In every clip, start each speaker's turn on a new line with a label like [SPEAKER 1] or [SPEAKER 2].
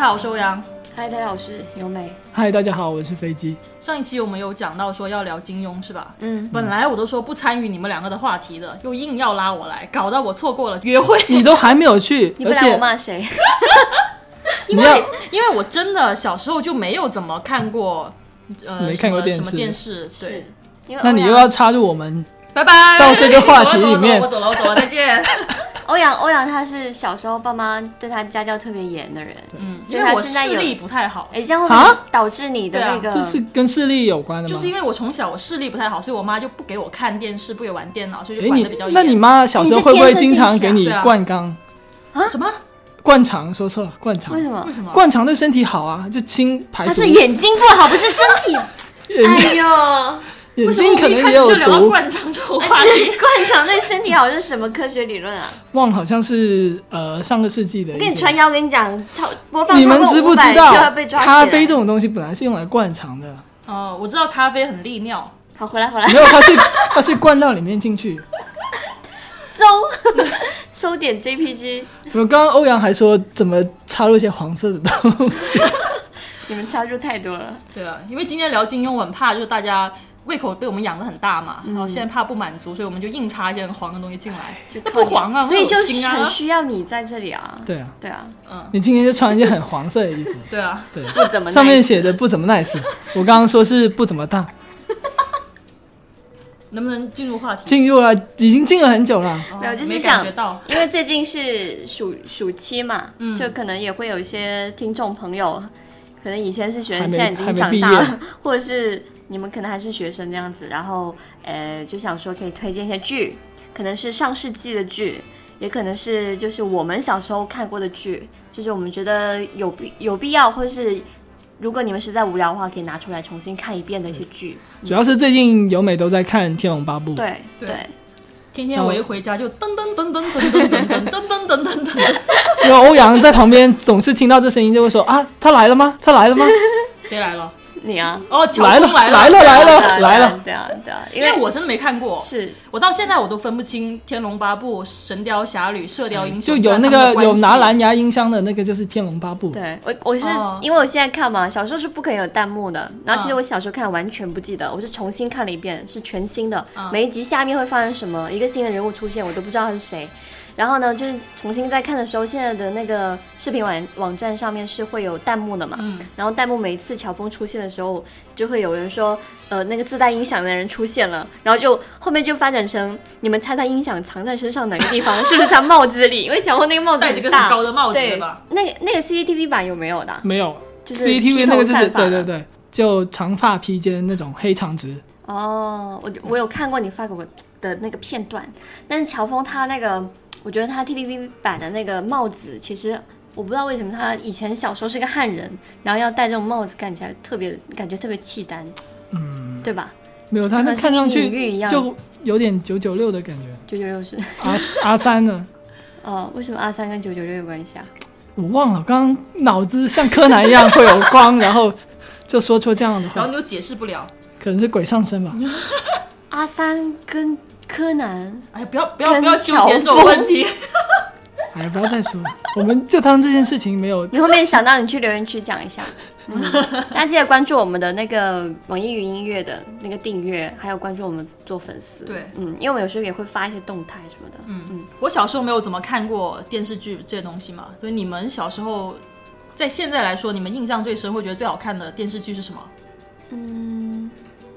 [SPEAKER 1] 好，我是欧阳。
[SPEAKER 2] 嗨，大家好，我是由美。
[SPEAKER 3] 嗨，大家好，我是飞机。
[SPEAKER 1] 上一期我们有讲到说要聊金庸是吧？
[SPEAKER 2] 嗯，
[SPEAKER 1] 本来我都说不参与你们两个的话题的，又硬要拉我来，搞到我错过了约会。
[SPEAKER 3] 你都还没有去，
[SPEAKER 2] 你不
[SPEAKER 3] 而
[SPEAKER 2] 来我
[SPEAKER 3] 且
[SPEAKER 2] 骂谁？
[SPEAKER 3] 你要
[SPEAKER 1] 因为我真的小时候就没有怎么看过，呃，
[SPEAKER 3] 没看过
[SPEAKER 1] 什么什么电
[SPEAKER 3] 电视
[SPEAKER 1] 视，对
[SPEAKER 2] 是，， 因为
[SPEAKER 3] 那你又
[SPEAKER 1] 啊
[SPEAKER 2] 欧阳
[SPEAKER 3] 要插入我们，
[SPEAKER 1] 拜拜。
[SPEAKER 3] 到这个话题里面
[SPEAKER 1] 我走了，我走了，我走了，再见。
[SPEAKER 2] 欧阳欧阳，他是小时候爸妈对他家教特别严的人，
[SPEAKER 1] 嗯，
[SPEAKER 2] 所
[SPEAKER 1] 因
[SPEAKER 2] 以
[SPEAKER 1] 为
[SPEAKER 2] 他
[SPEAKER 1] 我
[SPEAKER 2] 现在
[SPEAKER 1] 视
[SPEAKER 2] 有
[SPEAKER 1] 力不太好，
[SPEAKER 2] 哎，这样会不
[SPEAKER 3] 啊
[SPEAKER 2] 会导致你的
[SPEAKER 1] 对啊
[SPEAKER 2] 那个
[SPEAKER 3] 这是跟视力有关的吗？
[SPEAKER 1] 就是因为我从小我视力不太好，所以我妈就不给我看电视，不给我玩电脑，所以
[SPEAKER 3] 哎，
[SPEAKER 1] 就管的比较严。
[SPEAKER 3] 你那你妈小时候会不会经常给
[SPEAKER 2] 你
[SPEAKER 1] 是天生近
[SPEAKER 3] 你
[SPEAKER 1] 视啊对啊
[SPEAKER 3] 灌肛、
[SPEAKER 1] 什么？
[SPEAKER 3] 灌肠？说错了，灌肠
[SPEAKER 2] 为。什么
[SPEAKER 1] 为？什么？
[SPEAKER 3] 灌肠对身体好啊，就清排
[SPEAKER 2] 他
[SPEAKER 3] 毒。
[SPEAKER 2] 是眼睛不好，不是身体。
[SPEAKER 3] 眼
[SPEAKER 2] 哎呦，
[SPEAKER 3] 眼
[SPEAKER 1] 为什
[SPEAKER 3] 睛
[SPEAKER 1] 么我
[SPEAKER 3] 可
[SPEAKER 1] 们
[SPEAKER 3] 能
[SPEAKER 1] 一开
[SPEAKER 3] 也
[SPEAKER 1] 始
[SPEAKER 3] 有
[SPEAKER 1] 就聊到
[SPEAKER 3] 毒。
[SPEAKER 1] 灌肠这种
[SPEAKER 2] 而
[SPEAKER 1] 话 题？
[SPEAKER 2] 且灌肠对身体好是什么科学理论啊？
[SPEAKER 3] 忘了好像是呃上个世纪的一
[SPEAKER 2] 我
[SPEAKER 3] 些。
[SPEAKER 2] 跟你传谣，我跟你讲，超播放
[SPEAKER 3] 你们
[SPEAKER 2] 超过
[SPEAKER 3] 知不
[SPEAKER 2] 五百
[SPEAKER 3] 知
[SPEAKER 2] 就要
[SPEAKER 3] 道
[SPEAKER 2] 被抓起来。
[SPEAKER 3] 咖啡这种东西本来是用来灌肠的，
[SPEAKER 1] 哦，我知道咖啡很利尿。
[SPEAKER 2] 好，回来回来，
[SPEAKER 3] 没有它是 它是灌到里面进去。
[SPEAKER 2] 搜 搜点 JPG，
[SPEAKER 3] 我刚刚欧阳还说怎么插入一些黄色的东西。
[SPEAKER 2] 你们插入太多了。
[SPEAKER 1] 对啊，因为今天聊金庸，我很怕就是大家胃口被我们养得很大嘛，
[SPEAKER 3] 嗯
[SPEAKER 1] 然后现在怕不满足，所以我们就硬插一些很黄的东西进来，
[SPEAKER 2] 就
[SPEAKER 1] 那
[SPEAKER 2] 靠
[SPEAKER 1] 不
[SPEAKER 2] 你
[SPEAKER 1] 黄啊，
[SPEAKER 2] 所以
[SPEAKER 1] 会
[SPEAKER 2] 就
[SPEAKER 1] 恶心
[SPEAKER 2] 很
[SPEAKER 1] 啊，
[SPEAKER 2] 需要你在这里啊。
[SPEAKER 3] 对啊，
[SPEAKER 2] 对啊，
[SPEAKER 1] 嗯，
[SPEAKER 3] 你今天就穿一件很黄色的衣服，
[SPEAKER 1] 对啊，
[SPEAKER 3] 对，
[SPEAKER 2] 不怎么耐
[SPEAKER 3] 上面写的不怎么 nice。我刚刚说是不怎么大，
[SPEAKER 1] 能不能进入话题？
[SPEAKER 3] 进入了已经进了很久了。
[SPEAKER 1] 哦
[SPEAKER 2] 没有就是
[SPEAKER 1] 没感
[SPEAKER 2] 想
[SPEAKER 1] 觉到，
[SPEAKER 2] 因为最近是暑暑期嘛，就可能也会有一些听众朋友，可能以前是学
[SPEAKER 3] 还
[SPEAKER 2] 生，
[SPEAKER 3] 没
[SPEAKER 2] 现在已经
[SPEAKER 3] 还没
[SPEAKER 2] 长
[SPEAKER 3] 毕
[SPEAKER 2] 大
[SPEAKER 3] 业
[SPEAKER 2] 了，或者是你们可能还是学生这样子，然后呃，就想说可以推荐一些剧，可能是上世纪的剧，也可能是就是我们小时候看过的剧，就是我们觉得有必有必要，或是如果你们实在无聊的话，可以拿出来重新看一遍的一些剧。
[SPEAKER 3] 主要是最近由美都在看《天龙八部》，
[SPEAKER 2] 对
[SPEAKER 1] 对
[SPEAKER 2] 对，
[SPEAKER 1] 天天我一回家就噔噔噔噔噔噔噔噔噔噔噔噔，
[SPEAKER 3] 因为欧阳在旁边总是听到这声音就会说啊，他来了吗？他来了吗？
[SPEAKER 1] 谁来了？
[SPEAKER 2] 你啊，
[SPEAKER 1] 哦，乔
[SPEAKER 3] 来了，
[SPEAKER 1] 峰来
[SPEAKER 3] 来了，来了，来了。
[SPEAKER 2] 对啊对啊，因
[SPEAKER 1] 因为
[SPEAKER 2] 为
[SPEAKER 1] 我真的没看过，
[SPEAKER 2] 是
[SPEAKER 1] 我到现在我都分不清《天龙八部》《神雕侠侣》《射雕英
[SPEAKER 3] 就
[SPEAKER 1] 雄》
[SPEAKER 3] 有那
[SPEAKER 1] 他们
[SPEAKER 3] 个
[SPEAKER 1] 的关
[SPEAKER 3] 有
[SPEAKER 1] 系
[SPEAKER 3] 拿蓝牙音箱的那个就是《天龙八部》，
[SPEAKER 2] 对我，我是、
[SPEAKER 1] 哦
[SPEAKER 2] 因为我现在看嘛，小时候是不可以有弹幕的。然后其实
[SPEAKER 1] 嗯
[SPEAKER 2] 我小时候看完全不记得，我是重新看了一遍，是全新的。
[SPEAKER 1] 嗯
[SPEAKER 2] 每一集下面会发生什么，一个新的人物出现，我都不知道他是谁。然后呢，就是重新在看的时候，现在的那个视频网网站上面是会有弹幕的嘛。
[SPEAKER 1] 嗯
[SPEAKER 2] 然后弹幕每一次乔峰出现的时候，就会有人说，呃，那个自带音响的人出现了，然后就后面就发展成你们猜他音响藏在身上哪个地方？是不是他帽子里？因为乔峰那个帽子
[SPEAKER 1] 戴
[SPEAKER 2] 很
[SPEAKER 1] 着个
[SPEAKER 2] 大
[SPEAKER 1] 很高的帽子
[SPEAKER 2] 对
[SPEAKER 1] 的吧？，
[SPEAKER 2] 那个那个 CCTV 版有没有的啊？
[SPEAKER 3] 没有
[SPEAKER 2] 就是
[SPEAKER 3] CCTV
[SPEAKER 2] 披
[SPEAKER 3] 那
[SPEAKER 2] 头
[SPEAKER 3] 个就是
[SPEAKER 2] 散发
[SPEAKER 3] 对
[SPEAKER 2] 的
[SPEAKER 3] 对对，就长发披肩那种黑长直，
[SPEAKER 2] 哦，我我有看过你发给我的那个片段，但是乔峰他那个，我觉得他 TVB 版的那个帽子，其实我不知道为什么他以前小时候是个汉人，然后要戴这种帽子，看起来特别感觉特别契丹，
[SPEAKER 3] 嗯，
[SPEAKER 2] 对吧？
[SPEAKER 3] 没有，
[SPEAKER 2] 可
[SPEAKER 3] 他那
[SPEAKER 2] 能是
[SPEAKER 3] 看上
[SPEAKER 2] 隐喻一
[SPEAKER 3] 去
[SPEAKER 2] 样
[SPEAKER 3] 就有点九九六的感觉。
[SPEAKER 2] 九九六是，
[SPEAKER 3] 阿阿三呢？
[SPEAKER 2] 哦，为什么阿三跟九九六有关系啊？
[SPEAKER 3] 我忘了，刚刚脑子像柯南一样会有光，然后就说出这样的
[SPEAKER 1] 然后
[SPEAKER 3] 话
[SPEAKER 1] 你，又解释不了，
[SPEAKER 3] 可能是鬼上身吧。
[SPEAKER 2] 阿三跟柯南，
[SPEAKER 1] 哎，不要不要
[SPEAKER 2] 跟
[SPEAKER 1] 不要纠结这
[SPEAKER 2] 乔
[SPEAKER 1] 种
[SPEAKER 2] 峰
[SPEAKER 1] 问题。
[SPEAKER 3] 哎，不要再说了，我们就当这件事情没有。
[SPEAKER 2] 你后面想到你去留言区讲一下。嗯， 大家记得关注我们的那个网易云音乐的那个订阅，还有关注我们做粉丝。
[SPEAKER 1] 对
[SPEAKER 2] 嗯，因为我们有时候也会发一些动态什么的。嗯
[SPEAKER 1] 我小时候没有怎么看过电视剧这些东西嘛，所以你们小时候，在现在来说，你们印象最深或觉得最好看的电视剧是什么？
[SPEAKER 2] 嗯，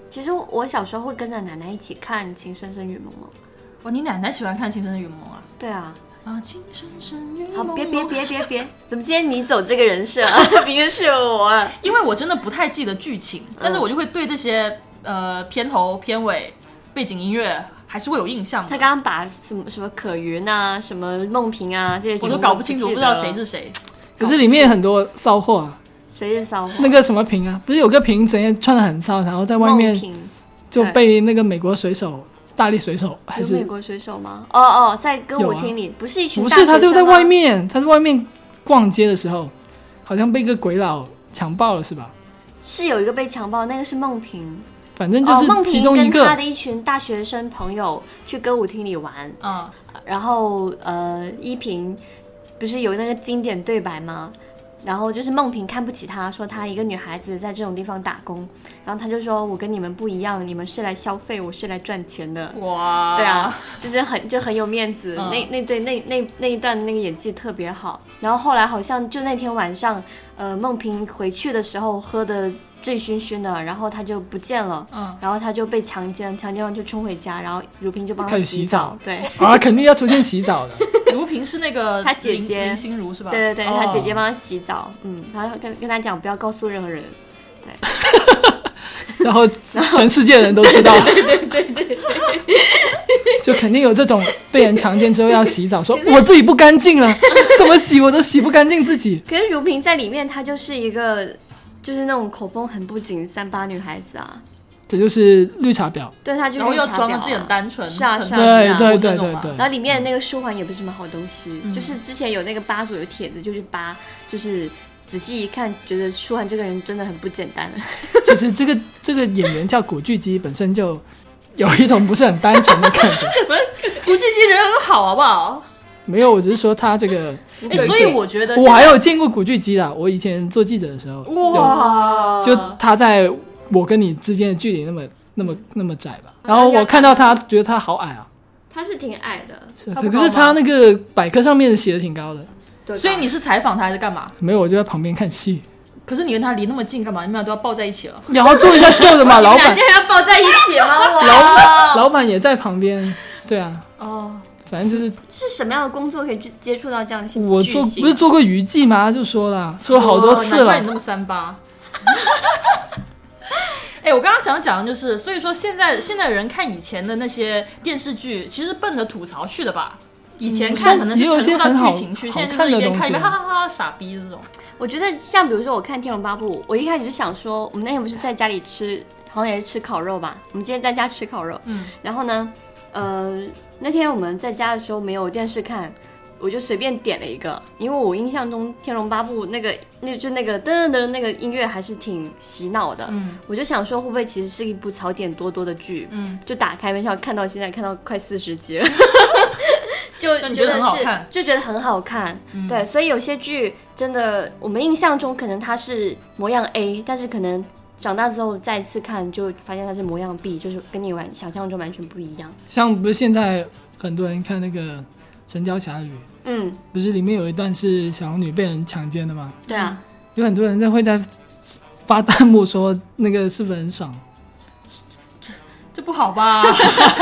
[SPEAKER 2] 其实我小时候会跟着奶奶一起看《情深深雨蒙蒙》。
[SPEAKER 1] 哇，你奶奶喜欢看《情深深雨蒙蒙》啊？
[SPEAKER 2] 对啊，
[SPEAKER 1] 啊，《情深深雨
[SPEAKER 2] 好，
[SPEAKER 1] 蒙蒙》。啊
[SPEAKER 2] 别别，别别别，怎么今天你走这个人 设、啊？明明是我。
[SPEAKER 1] 因为我真的不太记得剧情，
[SPEAKER 2] 嗯
[SPEAKER 1] 但是我就会对这些呃片头、片尾、背景音乐还是会有印象
[SPEAKER 2] 他
[SPEAKER 1] 的。
[SPEAKER 2] 刚刚把什么什么可云啊、什么梦萍啊这些
[SPEAKER 1] 我
[SPEAKER 2] 全
[SPEAKER 1] 都
[SPEAKER 2] 部
[SPEAKER 1] 搞不清楚，
[SPEAKER 2] 记
[SPEAKER 1] 不
[SPEAKER 2] 得
[SPEAKER 1] 知道
[SPEAKER 2] 了
[SPEAKER 1] 谁是谁。
[SPEAKER 3] 可是里面很多骚货啊，
[SPEAKER 2] 谁是骚货。
[SPEAKER 3] 那个什么平啊，不是有个平整天穿的很骚，然后在外
[SPEAKER 2] 梦
[SPEAKER 3] 面
[SPEAKER 2] 萍
[SPEAKER 3] 就被那个美国水手、大力水手还
[SPEAKER 2] 有
[SPEAKER 3] 是啊
[SPEAKER 2] 美国水手吗？哦哦，在歌舞厅里，不是一群
[SPEAKER 3] 不
[SPEAKER 2] 大学
[SPEAKER 3] 是？
[SPEAKER 2] 生吗
[SPEAKER 3] 他就在外。面，他在外面逛街的时候，好像被一个鬼佬强暴了是吧？
[SPEAKER 2] 是有一个被强暴，那个是梦萍，
[SPEAKER 3] 反正就
[SPEAKER 2] 哦，梦
[SPEAKER 3] 是其
[SPEAKER 2] 萍
[SPEAKER 3] 中一
[SPEAKER 2] 跟
[SPEAKER 3] 个。
[SPEAKER 2] 她的一群大学生朋友去歌舞厅里玩，
[SPEAKER 1] 啊、
[SPEAKER 2] 然后呃，依萍不是有那个经典对白吗？然后就是梦萍看不起他，说他一个女孩子在这种地方打工，然后他就说：“我跟你们不一样，你们是来消费，我是来赚钱的。”
[SPEAKER 1] 哇，
[SPEAKER 2] 对 啊，，就是很就很有面子，
[SPEAKER 1] 嗯
[SPEAKER 2] 那那对那那那一段那个演技特别好。然后后来好像就那天晚上，呃，孟平回去的时候喝的醉醺醺的，然后他就不见了，
[SPEAKER 1] 嗯，
[SPEAKER 2] 然后他就被强奸，强奸完就冲回家，然后如萍就帮他
[SPEAKER 3] 开始
[SPEAKER 2] 洗
[SPEAKER 3] 洗澡
[SPEAKER 2] 对。
[SPEAKER 3] 啊，肯定要出现洗澡的。
[SPEAKER 1] 如萍是那个
[SPEAKER 2] 她姐
[SPEAKER 1] 林
[SPEAKER 2] 姐
[SPEAKER 1] 林心如是吧？
[SPEAKER 2] 对对对，他
[SPEAKER 1] 哦
[SPEAKER 2] 姐姐帮他洗澡，嗯，然后跟跟他讲不要告诉任何人，
[SPEAKER 3] 然后全世界人都知道，对对对对，就肯定有这种被人强奸之后要洗澡，说我自己不干净了，怎么洗我都洗不干净自己。
[SPEAKER 2] 可是如萍在里面她就是一个就是那种口风很不紧三八女孩子啊，
[SPEAKER 3] 这就是绿茶婊，
[SPEAKER 2] 对，她就
[SPEAKER 1] 然后
[SPEAKER 2] 绿
[SPEAKER 1] 又
[SPEAKER 2] 茶
[SPEAKER 1] 装的
[SPEAKER 2] 婊
[SPEAKER 1] 自己
[SPEAKER 2] 啊
[SPEAKER 1] 很单纯，
[SPEAKER 2] 是啊
[SPEAKER 1] 很
[SPEAKER 2] 是啊
[SPEAKER 1] 单
[SPEAKER 3] 对
[SPEAKER 1] 纯
[SPEAKER 3] 对
[SPEAKER 1] 那
[SPEAKER 3] 对
[SPEAKER 1] 种
[SPEAKER 3] 对
[SPEAKER 1] 嘛
[SPEAKER 3] 对，
[SPEAKER 2] 然后里面的那个舒缓也不是什么好东西，
[SPEAKER 1] 嗯
[SPEAKER 2] 就是之前有那个吧主有帖子，就是吧，就是仔细一看，觉得舒缓这个人真的很不简单。
[SPEAKER 3] 其实这个这个演员叫古巨基，本身就有一种不是很单纯的感觉。
[SPEAKER 1] 古巨基人很好，好不好？
[SPEAKER 3] 没有，我只是说他这个，
[SPEAKER 1] 哎，所以我觉得
[SPEAKER 3] 我还有见过古巨基的，我以前做记者的时候，
[SPEAKER 1] 哇，
[SPEAKER 3] 就他在我跟你之间的距离那么那么那么窄吧，
[SPEAKER 1] 嗯
[SPEAKER 3] 然后我看到他觉得他好矮啊。
[SPEAKER 2] 他是挺矮的，
[SPEAKER 3] 是，
[SPEAKER 1] 他不啊
[SPEAKER 3] 可
[SPEAKER 1] 高
[SPEAKER 3] 是他
[SPEAKER 1] 吗
[SPEAKER 3] 那个百科上面写的挺高的，
[SPEAKER 2] 对吧
[SPEAKER 1] 所以你是采访他还是干嘛？
[SPEAKER 3] 没有，我就在旁边看 戏，
[SPEAKER 1] 可是你跟他离那么近干嘛？你们俩都要抱在一起了。
[SPEAKER 3] 然后做一下秀的嘛，老板，
[SPEAKER 2] 在要抱在一起吗？我
[SPEAKER 3] 老板也在旁边，对啊，
[SPEAKER 1] 哦，
[SPEAKER 3] 反正就是
[SPEAKER 2] 是什么样的工作可以去接触到这样的性
[SPEAKER 3] 我
[SPEAKER 2] 巨
[SPEAKER 3] 做
[SPEAKER 2] 星
[SPEAKER 3] 不是做过娱记吗？就说了，说好多次
[SPEAKER 1] 哦难怪你那
[SPEAKER 3] 了，
[SPEAKER 1] 么三八。 哎，我刚刚想讲的就是，所以说现在现在人看以前的那些电视剧，其实奔着吐槽去的吧。以前看
[SPEAKER 3] 嗯
[SPEAKER 1] 可能是
[SPEAKER 3] 也有
[SPEAKER 1] 沉
[SPEAKER 3] 些
[SPEAKER 1] 入到
[SPEAKER 3] 很好
[SPEAKER 1] 剧情去，
[SPEAKER 3] 好
[SPEAKER 1] 现在就
[SPEAKER 3] 看
[SPEAKER 1] 是一
[SPEAKER 3] 的
[SPEAKER 1] 边
[SPEAKER 3] 东
[SPEAKER 1] 看一
[SPEAKER 3] 西
[SPEAKER 1] 边哈哈哈哈傻逼这种。
[SPEAKER 2] 我觉得像比如说我看《天龙八部》，我一开始就想说，我们那天不是在家里吃，好像也是吃烤肉吧？我们今天在家吃烤肉，
[SPEAKER 1] 嗯，
[SPEAKER 2] 然后呢，呃，那天我们在家的时候没有电视看，我就随便点了一个，因为我印象中《天龙八部》那个那就那个噔噔噔那个音乐还是挺洗脑的，
[SPEAKER 1] 嗯
[SPEAKER 2] 我就想说会不会其实是一部槽点多多的剧，
[SPEAKER 1] 嗯，
[SPEAKER 2] 就打开没想到看到现在看到快四十集 了，就
[SPEAKER 1] 那你觉得很好看嗯
[SPEAKER 2] 是就觉得很好看。对，所以有些剧真的，我们印象中可能它是模样 A，但是可能长大之后再次看就发现它是模样 B，就是跟你完想象中完全不一样。
[SPEAKER 3] 像不是现在很多人看那个《神雕侠侣》，
[SPEAKER 2] 嗯，
[SPEAKER 3] 不是里面有一段是小龙女被人强奸的吗？
[SPEAKER 2] 对啊，
[SPEAKER 3] 有很多人在会在发弹幕说那个是不是很爽？
[SPEAKER 1] 这不好吧？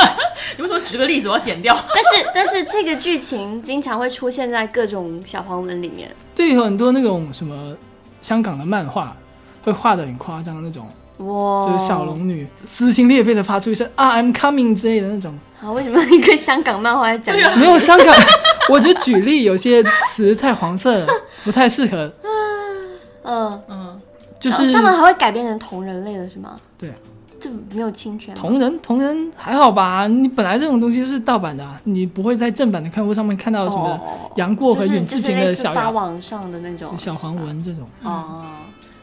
[SPEAKER 1] 你为什么举个例子我要剪 掉？
[SPEAKER 2] 但是 但是这个剧情经常会出现在各种小黄文里面，
[SPEAKER 3] 对，有很多那种什么香港的漫画会画的很夸张那种。
[SPEAKER 2] 哇，
[SPEAKER 3] 就是小。龙女撕心裂肺的发出一声啊 I'm coming 之类的那种。
[SPEAKER 2] 好，为什么一个香港漫画在讲这个？
[SPEAKER 1] 啊
[SPEAKER 3] 没有香港， 我只举例，有些词太黄色了，不太适合。
[SPEAKER 2] 嗯，
[SPEAKER 1] 嗯，
[SPEAKER 3] 就是
[SPEAKER 2] 他们还会改编成同人类的是吗？
[SPEAKER 3] 对啊
[SPEAKER 2] 这没有侵权吗。
[SPEAKER 3] 同人，同人还好吧？你本来这种东西就是盗版的啊，你不会在正版的刊物上面看到什么
[SPEAKER 2] 哦
[SPEAKER 3] 杨过和尹志平
[SPEAKER 2] 就是
[SPEAKER 3] 的
[SPEAKER 2] 类似
[SPEAKER 3] 小
[SPEAKER 2] 发
[SPEAKER 3] 杨、
[SPEAKER 2] 网上的那种
[SPEAKER 3] 小黄文这种。
[SPEAKER 2] 哦。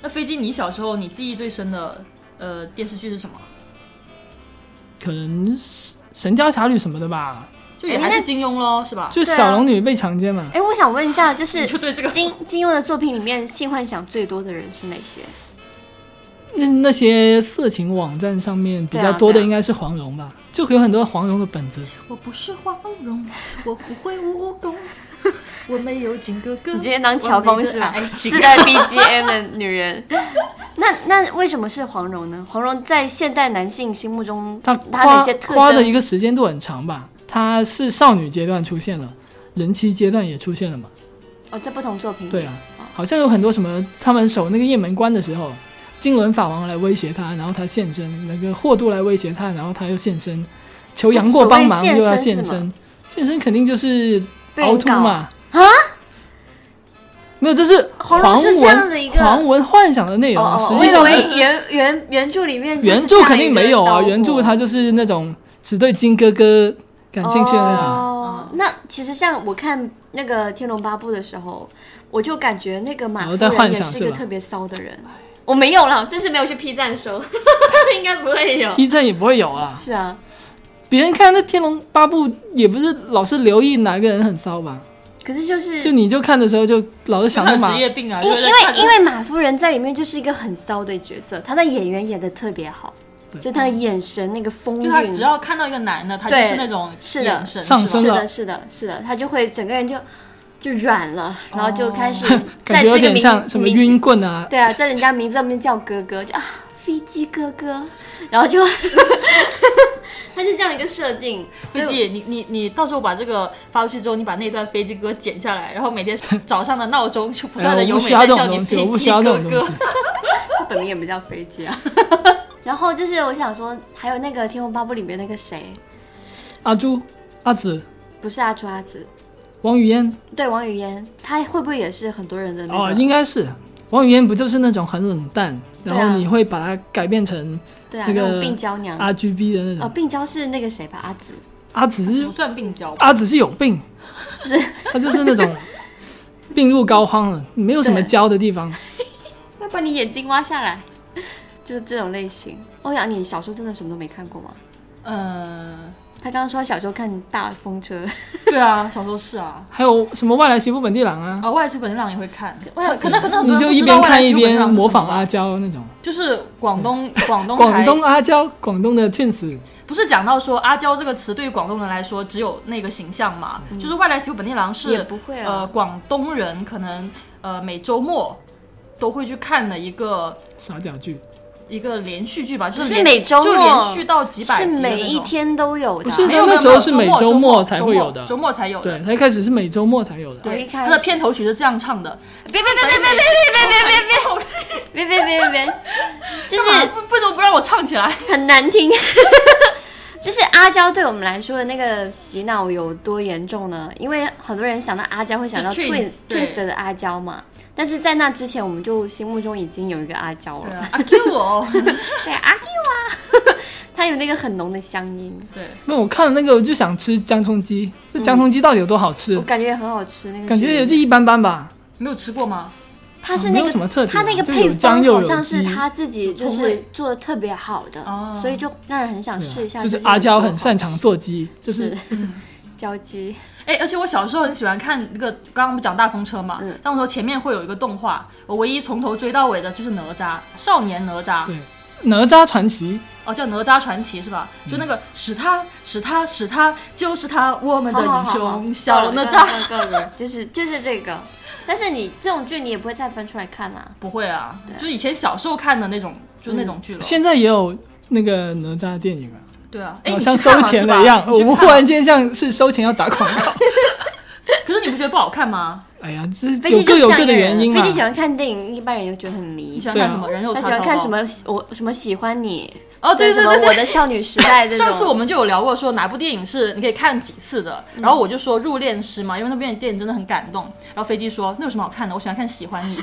[SPEAKER 1] 那飞机，你小时候你记忆最深的呃电视剧是什么？
[SPEAKER 3] 可能是《神雕侠侣》什么的吧，
[SPEAKER 1] 就也
[SPEAKER 2] 哎
[SPEAKER 1] 还
[SPEAKER 2] 那
[SPEAKER 1] 是金庸咯，是 吧？
[SPEAKER 3] 就
[SPEAKER 2] 对啊
[SPEAKER 3] 小龙女被强奸嘛。
[SPEAKER 2] 哎，我想问一下，就
[SPEAKER 1] 你
[SPEAKER 2] 是
[SPEAKER 1] 就对这个
[SPEAKER 2] 金金庸的作品里面性幻想最多的人是哪些？
[SPEAKER 3] 那那些色情网站上面比
[SPEAKER 2] 对啊
[SPEAKER 3] 较
[SPEAKER 2] 对
[SPEAKER 3] 多的
[SPEAKER 2] 啊
[SPEAKER 3] 应该是黄蓉吧，就有很多黄蓉的本子。
[SPEAKER 1] 我不是花容，我不会武功，我没有金哥哥。
[SPEAKER 2] 你今天当乔峰是吧
[SPEAKER 1] 完美的爱？情
[SPEAKER 2] 自带 BGM 的女人。 那那为什么是黄蓉呢？黄蓉在现代男性心目中，
[SPEAKER 3] 她
[SPEAKER 2] 她的
[SPEAKER 3] 夸
[SPEAKER 2] 一些特
[SPEAKER 3] 夸的一
[SPEAKER 2] 征，
[SPEAKER 3] 个时间度很长吧，她是少女阶段出现了，人妻阶段也出现了嘛。
[SPEAKER 2] 哦，在不同作品里
[SPEAKER 3] 对啊，好像有很多什么，他们守那个雁门关的时候，金轮法王来威胁她，然后她现身；那个霍都来威胁她，然后她又现身，求杨过帮忙
[SPEAKER 2] 所谓
[SPEAKER 3] 又要
[SPEAKER 2] 现身
[SPEAKER 3] 现
[SPEAKER 2] 是
[SPEAKER 3] 身。现身肯定就是
[SPEAKER 2] 被人
[SPEAKER 3] 凹凸
[SPEAKER 2] 搞
[SPEAKER 3] 嘛啊，没有，这是
[SPEAKER 2] 黄
[SPEAKER 3] 黄
[SPEAKER 2] 蓉是这样的一
[SPEAKER 3] 文
[SPEAKER 2] 个
[SPEAKER 3] 黄文幻想的内容，
[SPEAKER 2] 哦哦，
[SPEAKER 3] 实
[SPEAKER 2] 我
[SPEAKER 3] 际
[SPEAKER 2] 以
[SPEAKER 3] 上
[SPEAKER 2] 为
[SPEAKER 3] 是
[SPEAKER 2] 原原原著里面就是
[SPEAKER 3] 原著肯定没有啊，
[SPEAKER 2] 这样一个
[SPEAKER 3] 原著
[SPEAKER 2] 骚货
[SPEAKER 3] 它就是那种只对金哥哥感兴趣的那种。嗯
[SPEAKER 2] 哦，那其实像我看那个《天龙八部》的时候，我就感觉那个马夫
[SPEAKER 3] 然后再
[SPEAKER 2] 人
[SPEAKER 3] 哦幻
[SPEAKER 2] 也
[SPEAKER 3] 想
[SPEAKER 2] 是一
[SPEAKER 3] 是
[SPEAKER 2] 个
[SPEAKER 3] 吧
[SPEAKER 2] 特别骚的人。我没有了，这是没有去 P 站 搜，应该不会有。
[SPEAKER 3] B 站也不会有啊。
[SPEAKER 2] 是啊，
[SPEAKER 3] 别人看那《天龙八部》也不是老是留意哪个人很骚吧？
[SPEAKER 2] 可是就是
[SPEAKER 3] 就你就看的时候就老是想着
[SPEAKER 1] 很
[SPEAKER 3] 马
[SPEAKER 1] 职，业病啊，
[SPEAKER 2] 因
[SPEAKER 1] 就
[SPEAKER 2] 因
[SPEAKER 1] 是在看
[SPEAKER 2] 为
[SPEAKER 1] 着
[SPEAKER 2] 因为马夫人在里面就是一个很骚的角色，她的演员演的特别好，就她的眼神那个风
[SPEAKER 1] 就他
[SPEAKER 2] 韵，
[SPEAKER 1] 只要看到一个男的，他就
[SPEAKER 2] 对
[SPEAKER 1] 是那种
[SPEAKER 2] 是的
[SPEAKER 1] 眼神
[SPEAKER 3] 上
[SPEAKER 1] 是吧
[SPEAKER 3] 升
[SPEAKER 2] 是
[SPEAKER 3] 了
[SPEAKER 2] 的，是的，是的，她就会整个人就就软了，然后就 开始
[SPEAKER 3] 哦感
[SPEAKER 2] 在
[SPEAKER 3] 觉有
[SPEAKER 2] 这个
[SPEAKER 3] 点
[SPEAKER 2] 名
[SPEAKER 3] 像什么
[SPEAKER 2] 名
[SPEAKER 3] 晕棍啊，
[SPEAKER 2] 对啊，在人家名字上面叫哥哥，就啊飞机哥哥，然后就， 他就这样一个设定，所
[SPEAKER 1] 飞
[SPEAKER 2] 以我
[SPEAKER 1] 机，你你你到时候把这个发出去之后，你把那段飞机歌剪下来，然后每天早上的闹钟就不
[SPEAKER 3] 哎
[SPEAKER 1] 断的
[SPEAKER 3] 我
[SPEAKER 1] 有
[SPEAKER 3] 不
[SPEAKER 1] 美
[SPEAKER 3] 需要
[SPEAKER 1] 在
[SPEAKER 3] 这
[SPEAKER 1] 叫
[SPEAKER 3] 种
[SPEAKER 1] 你
[SPEAKER 3] 东西，我
[SPEAKER 1] 飞
[SPEAKER 3] 不需
[SPEAKER 1] 机
[SPEAKER 3] 要这
[SPEAKER 1] 哥
[SPEAKER 3] 种东
[SPEAKER 1] 哥
[SPEAKER 3] 西。。
[SPEAKER 2] 他本名也不叫飞机 啊。然后就是我想说，还有那个《天龙八部》里面那个谁，
[SPEAKER 3] 阿朱、阿紫、
[SPEAKER 2] 不是阿抓子，
[SPEAKER 3] 王语嫣，
[SPEAKER 2] 对王语嫣，她会不会也是很多人的那个？
[SPEAKER 3] 哦，应该是王语嫣，不就是那种很冷淡，然
[SPEAKER 2] 对啊
[SPEAKER 3] 后你会把它改变成
[SPEAKER 2] 对啊，
[SPEAKER 3] 那个
[SPEAKER 2] 种病娇娘。
[SPEAKER 3] R G B 的那
[SPEAKER 2] 哦，
[SPEAKER 3] 种。
[SPEAKER 2] 病娇是那个谁吧？阿紫，
[SPEAKER 3] 阿紫是
[SPEAKER 1] 不算病娇吧，
[SPEAKER 3] 阿紫是有病，她就是那种病入膏肓了，没有什么
[SPEAKER 2] 对
[SPEAKER 3] 教的地方。
[SPEAKER 2] 要把你眼睛挖下来，就是这种类型。欧阳，你小时候真的什么都没看过吗？
[SPEAKER 1] 嗯，
[SPEAKER 2] 他刚刚说小时候看《大风车》，
[SPEAKER 1] 对啊，小时候是啊，
[SPEAKER 3] 还有什么外来媳妇本地郎啊？
[SPEAKER 1] 啊，外事本浪也会看，
[SPEAKER 2] 外来
[SPEAKER 1] 可可能可能很多人
[SPEAKER 3] 你就
[SPEAKER 1] 嗯不
[SPEAKER 3] 一
[SPEAKER 1] 知道
[SPEAKER 3] 边
[SPEAKER 1] 外来
[SPEAKER 3] 看一
[SPEAKER 1] 媳妇本地
[SPEAKER 3] 边
[SPEAKER 1] 郎是
[SPEAKER 3] 模
[SPEAKER 1] 什么
[SPEAKER 3] 仿阿
[SPEAKER 1] 吧，
[SPEAKER 3] 娇那种。
[SPEAKER 1] 就是广东广东
[SPEAKER 3] 广
[SPEAKER 1] 台
[SPEAKER 3] 东阿娇，广东的 Twins，
[SPEAKER 1] 不是讲到说阿娇这个词对于广东人来说只有那个形象嘛？就是外来媳妇本地郎
[SPEAKER 2] 也
[SPEAKER 1] 是
[SPEAKER 2] 不会啊
[SPEAKER 1] 呃广东人可能呃每周末都会去看的一个
[SPEAKER 3] 傻屌剧，
[SPEAKER 1] 一个连续剧吧，就
[SPEAKER 2] 不是
[SPEAKER 1] 连
[SPEAKER 2] 每周
[SPEAKER 1] 就
[SPEAKER 2] 末
[SPEAKER 1] 连续到几百
[SPEAKER 2] 是
[SPEAKER 1] 集的那
[SPEAKER 2] 每
[SPEAKER 1] 种
[SPEAKER 2] 一。天都有的啊。
[SPEAKER 3] 不是
[SPEAKER 1] 没有没
[SPEAKER 3] 那
[SPEAKER 1] 有
[SPEAKER 3] 时候是
[SPEAKER 1] 没有
[SPEAKER 3] 每周
[SPEAKER 1] 周
[SPEAKER 3] 末
[SPEAKER 1] 末
[SPEAKER 3] 才
[SPEAKER 1] 周
[SPEAKER 3] 会
[SPEAKER 1] 末
[SPEAKER 3] 有的
[SPEAKER 1] 周末才有
[SPEAKER 3] 对，
[SPEAKER 1] 的。
[SPEAKER 3] 它一开始是每周末才有的。
[SPEAKER 2] 我一开
[SPEAKER 1] 它
[SPEAKER 2] 始
[SPEAKER 1] 的片头曲是这样唱的，
[SPEAKER 2] 别别别别别别别别别别别别别，就是
[SPEAKER 1] 不不能不让我唱起来。
[SPEAKER 2] 很难听。就是阿娇对我们来说的那个洗脑有多严重呢？因为很多人想到阿娇会想到
[SPEAKER 1] 就
[SPEAKER 2] Twins
[SPEAKER 1] Twins，对
[SPEAKER 2] Twist 的阿娇嘛，但是在那之前，我们就心目中已经有一个阿娇
[SPEAKER 1] 对
[SPEAKER 2] 了。
[SPEAKER 1] 啊，阿 Q 哦，
[SPEAKER 2] 对阿 Q 啊，她有那个很浓的乡音，
[SPEAKER 1] 对，
[SPEAKER 3] 那我看了那个，我就想吃姜葱鸡，这姜
[SPEAKER 1] 嗯
[SPEAKER 3] 葱鸡到底有多好吃
[SPEAKER 2] 我？感觉也很好吃。那个
[SPEAKER 3] 感觉也
[SPEAKER 2] 就
[SPEAKER 3] 就一般般吧，
[SPEAKER 1] 没有吃过吗？
[SPEAKER 2] 它是
[SPEAKER 3] 啊没
[SPEAKER 2] 那
[SPEAKER 3] 有
[SPEAKER 2] 个
[SPEAKER 3] 什么特别
[SPEAKER 2] 他
[SPEAKER 3] 啊，
[SPEAKER 2] 那个
[SPEAKER 3] 就
[SPEAKER 2] 配
[SPEAKER 3] 有
[SPEAKER 2] 方
[SPEAKER 3] 姜又
[SPEAKER 2] 好
[SPEAKER 3] 有
[SPEAKER 2] 像是
[SPEAKER 3] 鸡
[SPEAKER 2] 他自己就
[SPEAKER 1] 葱
[SPEAKER 2] 是
[SPEAKER 1] 味
[SPEAKER 2] 做的特别好的
[SPEAKER 1] 哦，
[SPEAKER 2] 所以就让人很想试一下。
[SPEAKER 3] 啊就是阿娇很擅长做鸡，
[SPEAKER 2] 就
[SPEAKER 3] 就
[SPEAKER 2] 是是交鸡，
[SPEAKER 1] 哎，而且我小时候很喜欢看那个，刚刚不讲大风车嘛
[SPEAKER 2] 嗯，
[SPEAKER 1] 那我说前面会有一个动画，我唯一从头追到尾的就是哪吒，少年哪吒，
[SPEAKER 3] 对哪吒传奇，
[SPEAKER 1] 哦，叫哪吒传奇是吧？就那个使他使他使他就是他，我们的英 雄小哪吒。
[SPEAKER 2] 够了，够了， 就是就是这个。但是你这种剧你也不会再翻出来看啦。
[SPEAKER 1] 不会啊
[SPEAKER 2] 对，
[SPEAKER 1] 就是以前小时候看的那种，就那种剧了。
[SPEAKER 3] 现在也有那个哪吒电影啊，
[SPEAKER 1] 对啊，哎，
[SPEAKER 3] 好
[SPEAKER 1] 你
[SPEAKER 3] 像
[SPEAKER 1] 去
[SPEAKER 3] 收
[SPEAKER 1] 看了
[SPEAKER 3] 钱
[SPEAKER 1] 是
[SPEAKER 3] 了
[SPEAKER 1] 吧
[SPEAKER 3] 一样。
[SPEAKER 1] 你去
[SPEAKER 3] 我们
[SPEAKER 1] 看
[SPEAKER 3] 忽
[SPEAKER 1] 了
[SPEAKER 3] 然间像是收钱要打广告，
[SPEAKER 1] 可是你不觉得不好看吗？
[SPEAKER 3] 哎呀，就是
[SPEAKER 2] 飞
[SPEAKER 3] 有
[SPEAKER 2] 机就
[SPEAKER 3] 各有
[SPEAKER 2] 像
[SPEAKER 3] 各
[SPEAKER 2] 一
[SPEAKER 3] 的
[SPEAKER 2] 个
[SPEAKER 3] 原
[SPEAKER 2] 人，
[SPEAKER 3] 因啊
[SPEAKER 2] 飞
[SPEAKER 3] 嘛
[SPEAKER 2] 机。喜欢看电影，一般人就觉得很迷
[SPEAKER 1] 你。喜欢
[SPEAKER 3] 对啊
[SPEAKER 1] 看什么？人肉
[SPEAKER 2] 他
[SPEAKER 1] 叉
[SPEAKER 2] 喜
[SPEAKER 1] 烧
[SPEAKER 2] 欢
[SPEAKER 1] 包。
[SPEAKER 2] 看什么？我什么喜欢你？
[SPEAKER 1] 哦，对
[SPEAKER 2] 什
[SPEAKER 1] 对
[SPEAKER 2] 么
[SPEAKER 1] 对对
[SPEAKER 2] 我的少女时代这种。
[SPEAKER 1] 上次我们就有聊过，说哪部电影是你可以看几次的，然后我就说《入殓师》嘛，因为那部电影真的很感动。然后飞机说那有什么好看的？我喜欢看《喜欢你》，